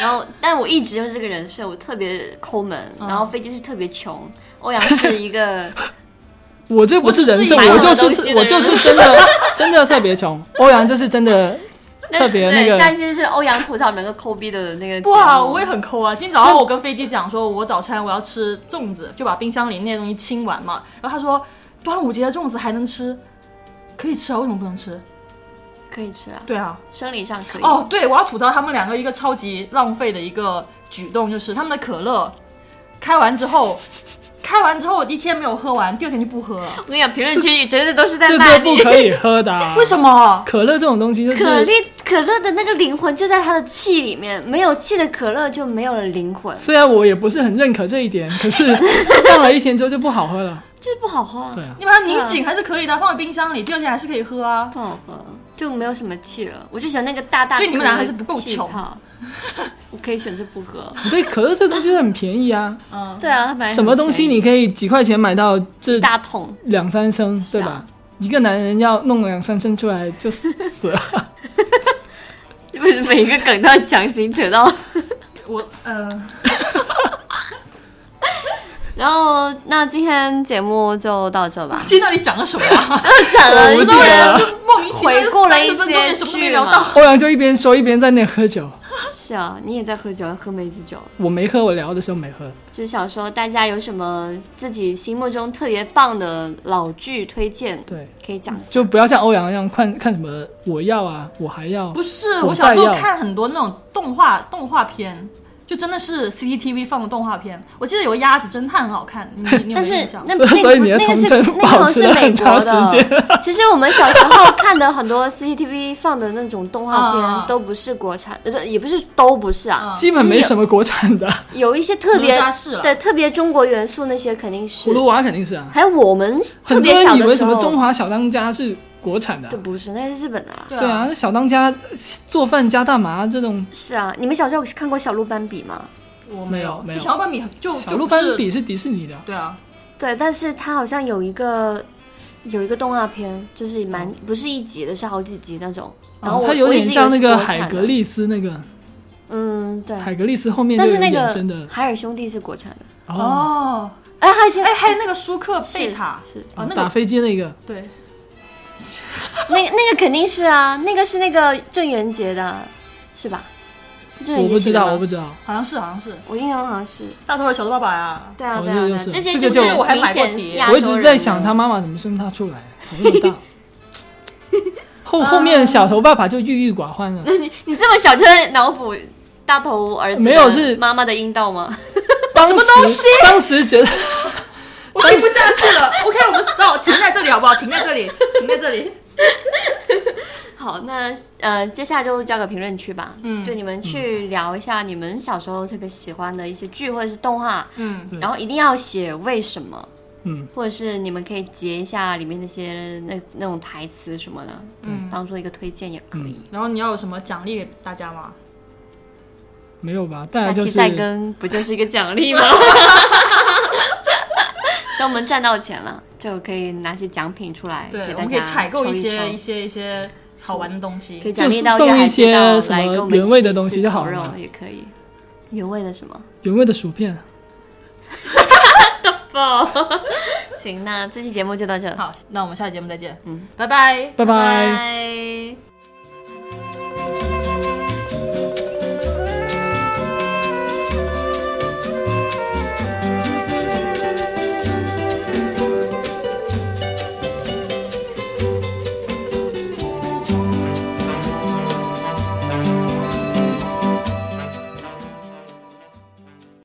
[SPEAKER 2] 然后但我一直就是这个人设，我特别抠门，
[SPEAKER 3] 嗯
[SPEAKER 2] 然后飞机是特别穷，欧阳是一个
[SPEAKER 3] 我这不是人设，
[SPEAKER 1] 我是
[SPEAKER 3] 我
[SPEAKER 1] 买
[SPEAKER 3] 就
[SPEAKER 2] 好东西的
[SPEAKER 3] 是
[SPEAKER 2] 人
[SPEAKER 3] 我就是真的 真的特别穷。欧阳就是真的特别那
[SPEAKER 2] 对下一
[SPEAKER 3] 个，
[SPEAKER 2] 期是欧阳吐槽两个抠逼的那个节目
[SPEAKER 1] 不啊，我也很抠啊。今天早上我跟飞机讲说，我早餐我要吃粽子，就把冰箱里那些东西清完嘛。然后他说，端午节的粽子还能吃，可以吃啊，为什么不能吃？
[SPEAKER 2] 可以吃啊，
[SPEAKER 1] 对啊，
[SPEAKER 2] 生理上可以
[SPEAKER 1] 哦，对，我要吐槽他们两个一个超级浪费的一个举动，就是他们的可乐开完之后，开完之后一天没有喝完，第二天就不喝了，
[SPEAKER 2] 我跟你讲，评论区绝对都是在
[SPEAKER 3] 这
[SPEAKER 2] 骂
[SPEAKER 3] 个不
[SPEAKER 2] 你。
[SPEAKER 3] 可以喝 的啊。
[SPEAKER 1] 为什么？
[SPEAKER 3] 可乐这种东西就
[SPEAKER 2] 可
[SPEAKER 3] 是，
[SPEAKER 2] 乐可乐的那个灵魂就在它的气里面，没有气的可乐就没有了灵魂，
[SPEAKER 3] 虽然我也不是很认可这一点，可 是放了一天之后就不好喝了。
[SPEAKER 2] 就是不好喝啊。
[SPEAKER 3] 对啊，
[SPEAKER 1] 你把它拧紧还是可以的，放在冰箱里，第二天还是可以喝啊。
[SPEAKER 2] 不好喝，就没有什么气了。我就喜欢那个大大，
[SPEAKER 1] 所以你们俩还是不够穷。
[SPEAKER 2] 我可以选择不喝。
[SPEAKER 3] 对，可乐这东西很便宜啊，
[SPEAKER 1] 嗯，
[SPEAKER 2] 对啊，它本来
[SPEAKER 3] 什么东西你可以几块钱买到这
[SPEAKER 2] 一大啊桶，
[SPEAKER 3] 两三升，对吧？一个男人要弄两三升出来就死死了。
[SPEAKER 2] 为什么每一个梗都要强行扯到？
[SPEAKER 1] 我呃，，
[SPEAKER 2] 然后那今天节目就到这吧
[SPEAKER 1] 今天到底讲了什么、 啊？
[SPEAKER 2] 就讲了一
[SPEAKER 3] 我
[SPEAKER 2] 些
[SPEAKER 3] 不记 得
[SPEAKER 2] 人，
[SPEAKER 3] 了
[SPEAKER 1] 就莫名其妙
[SPEAKER 2] 回顾了一
[SPEAKER 1] 30分钟也
[SPEAKER 2] 些
[SPEAKER 1] 什么都没
[SPEAKER 2] 剧
[SPEAKER 1] 聊到。
[SPEAKER 2] 嘛。
[SPEAKER 3] 欧阳就一边说一边在那喝酒，
[SPEAKER 2] 是啊，你也在喝酒，喝梅子酒。
[SPEAKER 3] 我没喝，我聊的时候没喝。
[SPEAKER 2] 就是想说大家有什么自己心目中特别棒的老剧推荐，
[SPEAKER 3] 对，
[SPEAKER 2] 可以讲一下。
[SPEAKER 3] 就不要像欧阳一样看看什么我要啊，我还要
[SPEAKER 1] 不。是，
[SPEAKER 3] 我
[SPEAKER 1] 我小时候
[SPEAKER 3] 再要
[SPEAKER 1] 看很多那种动画动画片，就真的是 CCTV 放的动画片。我记得有个鸭子侦探很好看，你你有
[SPEAKER 2] 但
[SPEAKER 1] 没
[SPEAKER 2] 是
[SPEAKER 1] 有印象？
[SPEAKER 2] 那
[SPEAKER 3] 嗯 所
[SPEAKER 2] 那
[SPEAKER 3] 以所以你的
[SPEAKER 2] 那个
[SPEAKER 3] 童
[SPEAKER 2] 是
[SPEAKER 3] 真
[SPEAKER 2] 那个
[SPEAKER 3] 保
[SPEAKER 2] 好像
[SPEAKER 3] 持
[SPEAKER 2] 是
[SPEAKER 3] 了
[SPEAKER 2] 美
[SPEAKER 3] 很
[SPEAKER 2] 国
[SPEAKER 3] 长时间
[SPEAKER 2] 的。其实我们小时候看的很多 CCTV 放的那种动画
[SPEAKER 1] 啊
[SPEAKER 2] 片都不是国产，呃，也不是都不是啊，
[SPEAKER 3] 基本没什么国产的，
[SPEAKER 2] 有一些特别
[SPEAKER 1] 哪吒是了
[SPEAKER 2] 对特别中国元素那些肯定是
[SPEAKER 3] 葫，芦娃肯定是啊。
[SPEAKER 2] 还有我们特
[SPEAKER 3] 很多
[SPEAKER 2] 别小
[SPEAKER 3] 人以
[SPEAKER 2] 的
[SPEAKER 3] 为
[SPEAKER 2] 时
[SPEAKER 3] 什么
[SPEAKER 2] 候，
[SPEAKER 3] 中华小当家是国产的啊
[SPEAKER 2] 这，不是那是日本的啦。
[SPEAKER 1] 对
[SPEAKER 3] 对啊，，那小当家做饭加大麻这种，
[SPEAKER 2] 是啊，你们小时候看过小鹿斑比吗？
[SPEAKER 1] 我
[SPEAKER 3] 没
[SPEAKER 1] 没
[SPEAKER 3] 有没有
[SPEAKER 1] 是小鹿斑比很就
[SPEAKER 3] 小鹿斑，
[SPEAKER 1] 就不
[SPEAKER 3] 比
[SPEAKER 1] 是
[SPEAKER 3] 是迪士尼的，
[SPEAKER 1] 对啊，
[SPEAKER 2] 对，但是它好像有一个有一个动画片，就是蛮不是一集的，是好几集那种。然后
[SPEAKER 3] 哦
[SPEAKER 2] 我、
[SPEAKER 3] 它有
[SPEAKER 2] 我一直以
[SPEAKER 3] 点
[SPEAKER 2] 为
[SPEAKER 3] 像
[SPEAKER 2] 是
[SPEAKER 3] 那个
[SPEAKER 2] 国
[SPEAKER 3] 海
[SPEAKER 2] 产
[SPEAKER 3] 格
[SPEAKER 2] 的，
[SPEAKER 3] 力斯那个，
[SPEAKER 2] 嗯，对。
[SPEAKER 3] 海格力斯后面就
[SPEAKER 2] 但是
[SPEAKER 3] 有
[SPEAKER 2] 那
[SPEAKER 3] 衍生
[SPEAKER 2] 个
[SPEAKER 3] 的
[SPEAKER 2] 海尔兄弟是国产的，
[SPEAKER 3] 哦，
[SPEAKER 1] 哦，
[SPEAKER 2] 哎，还有现
[SPEAKER 1] 哎，
[SPEAKER 2] 在
[SPEAKER 1] 还有那个舒克
[SPEAKER 2] 是
[SPEAKER 1] 贝塔
[SPEAKER 2] 是
[SPEAKER 1] 哦，那
[SPEAKER 3] 嗯打
[SPEAKER 1] 个
[SPEAKER 3] 飞机那个，
[SPEAKER 1] 对，
[SPEAKER 2] 那那个肯定是啊，那个是那个郑渊洁的，是吧？是郑
[SPEAKER 3] 我
[SPEAKER 2] 渊洁
[SPEAKER 3] 不知
[SPEAKER 2] 写的
[SPEAKER 3] 道，
[SPEAKER 2] 吗
[SPEAKER 3] 我不知道。
[SPEAKER 1] 好像是好像是
[SPEAKER 2] 我印象好像是，
[SPEAKER 1] 大头儿小头爸爸呀，
[SPEAKER 2] 对啊
[SPEAKER 3] 哦
[SPEAKER 2] 对啊
[SPEAKER 3] 这
[SPEAKER 2] 对
[SPEAKER 3] 就
[SPEAKER 2] 啊
[SPEAKER 3] 是，
[SPEAKER 2] 这些
[SPEAKER 3] 这个
[SPEAKER 2] 就
[SPEAKER 3] 就是
[SPEAKER 1] 我还
[SPEAKER 2] 明
[SPEAKER 1] 买过
[SPEAKER 2] 显
[SPEAKER 1] 碟
[SPEAKER 2] 亚
[SPEAKER 3] 我一
[SPEAKER 2] 洲
[SPEAKER 3] 直在
[SPEAKER 2] 人
[SPEAKER 3] 想
[SPEAKER 2] 的
[SPEAKER 3] 他妈妈怎么生他出来，头那么大。后后面小头爸爸就郁郁寡欢了，
[SPEAKER 2] 你这么小就在脑补大头儿子
[SPEAKER 3] 没有
[SPEAKER 2] 的
[SPEAKER 3] 是
[SPEAKER 2] 妈妈的阴道吗？
[SPEAKER 3] 当时当时觉得
[SPEAKER 1] 我听不下去了。OK，我们 stop，停在这里好不好？停在这里， 停在这里。
[SPEAKER 2] 好，那呃，接下来就交给评论区吧。嗯，就你们去聊一下你们小时候特别喜欢的一些剧或者是动画，
[SPEAKER 1] 嗯，
[SPEAKER 2] 然后一定要写为什么，
[SPEAKER 3] 嗯，
[SPEAKER 2] 或者是你们可以截一下里面那些那那种台词什么的，嗯，当做一个推荐也可以。
[SPEAKER 1] 然后你要有什么奖励给大家吗？
[SPEAKER 3] 没有吧？大
[SPEAKER 2] 下
[SPEAKER 3] 家嗯就
[SPEAKER 2] 期
[SPEAKER 3] 是
[SPEAKER 2] 再更不就是一个奖励吗？ 等我们赚到钱了，就可以拿些奖品出来
[SPEAKER 1] 对，
[SPEAKER 2] 哎给
[SPEAKER 1] 我
[SPEAKER 2] 大
[SPEAKER 1] 们可以
[SPEAKER 2] 家
[SPEAKER 1] 采购
[SPEAKER 2] 抽
[SPEAKER 1] 一
[SPEAKER 2] 一
[SPEAKER 1] 些一
[SPEAKER 2] 抽
[SPEAKER 1] 些一些好玩的东西
[SPEAKER 2] 可。以奖
[SPEAKER 3] 就
[SPEAKER 2] 励到
[SPEAKER 3] 送
[SPEAKER 2] 一
[SPEAKER 3] 一些什
[SPEAKER 2] 来
[SPEAKER 3] 么
[SPEAKER 2] 跟我们
[SPEAKER 3] 原味的
[SPEAKER 2] 吃一
[SPEAKER 3] 东
[SPEAKER 2] 次
[SPEAKER 3] 西就
[SPEAKER 2] 烤
[SPEAKER 3] 好了
[SPEAKER 2] 肉
[SPEAKER 3] 嘛
[SPEAKER 2] 也可以。原味的什么？
[SPEAKER 3] 原味的薯片。
[SPEAKER 2] 行，那这期节目就到这，
[SPEAKER 1] 好，那我们下期节目再见，
[SPEAKER 2] 嗯，
[SPEAKER 1] 拜拜。
[SPEAKER 3] 拜
[SPEAKER 2] 拜。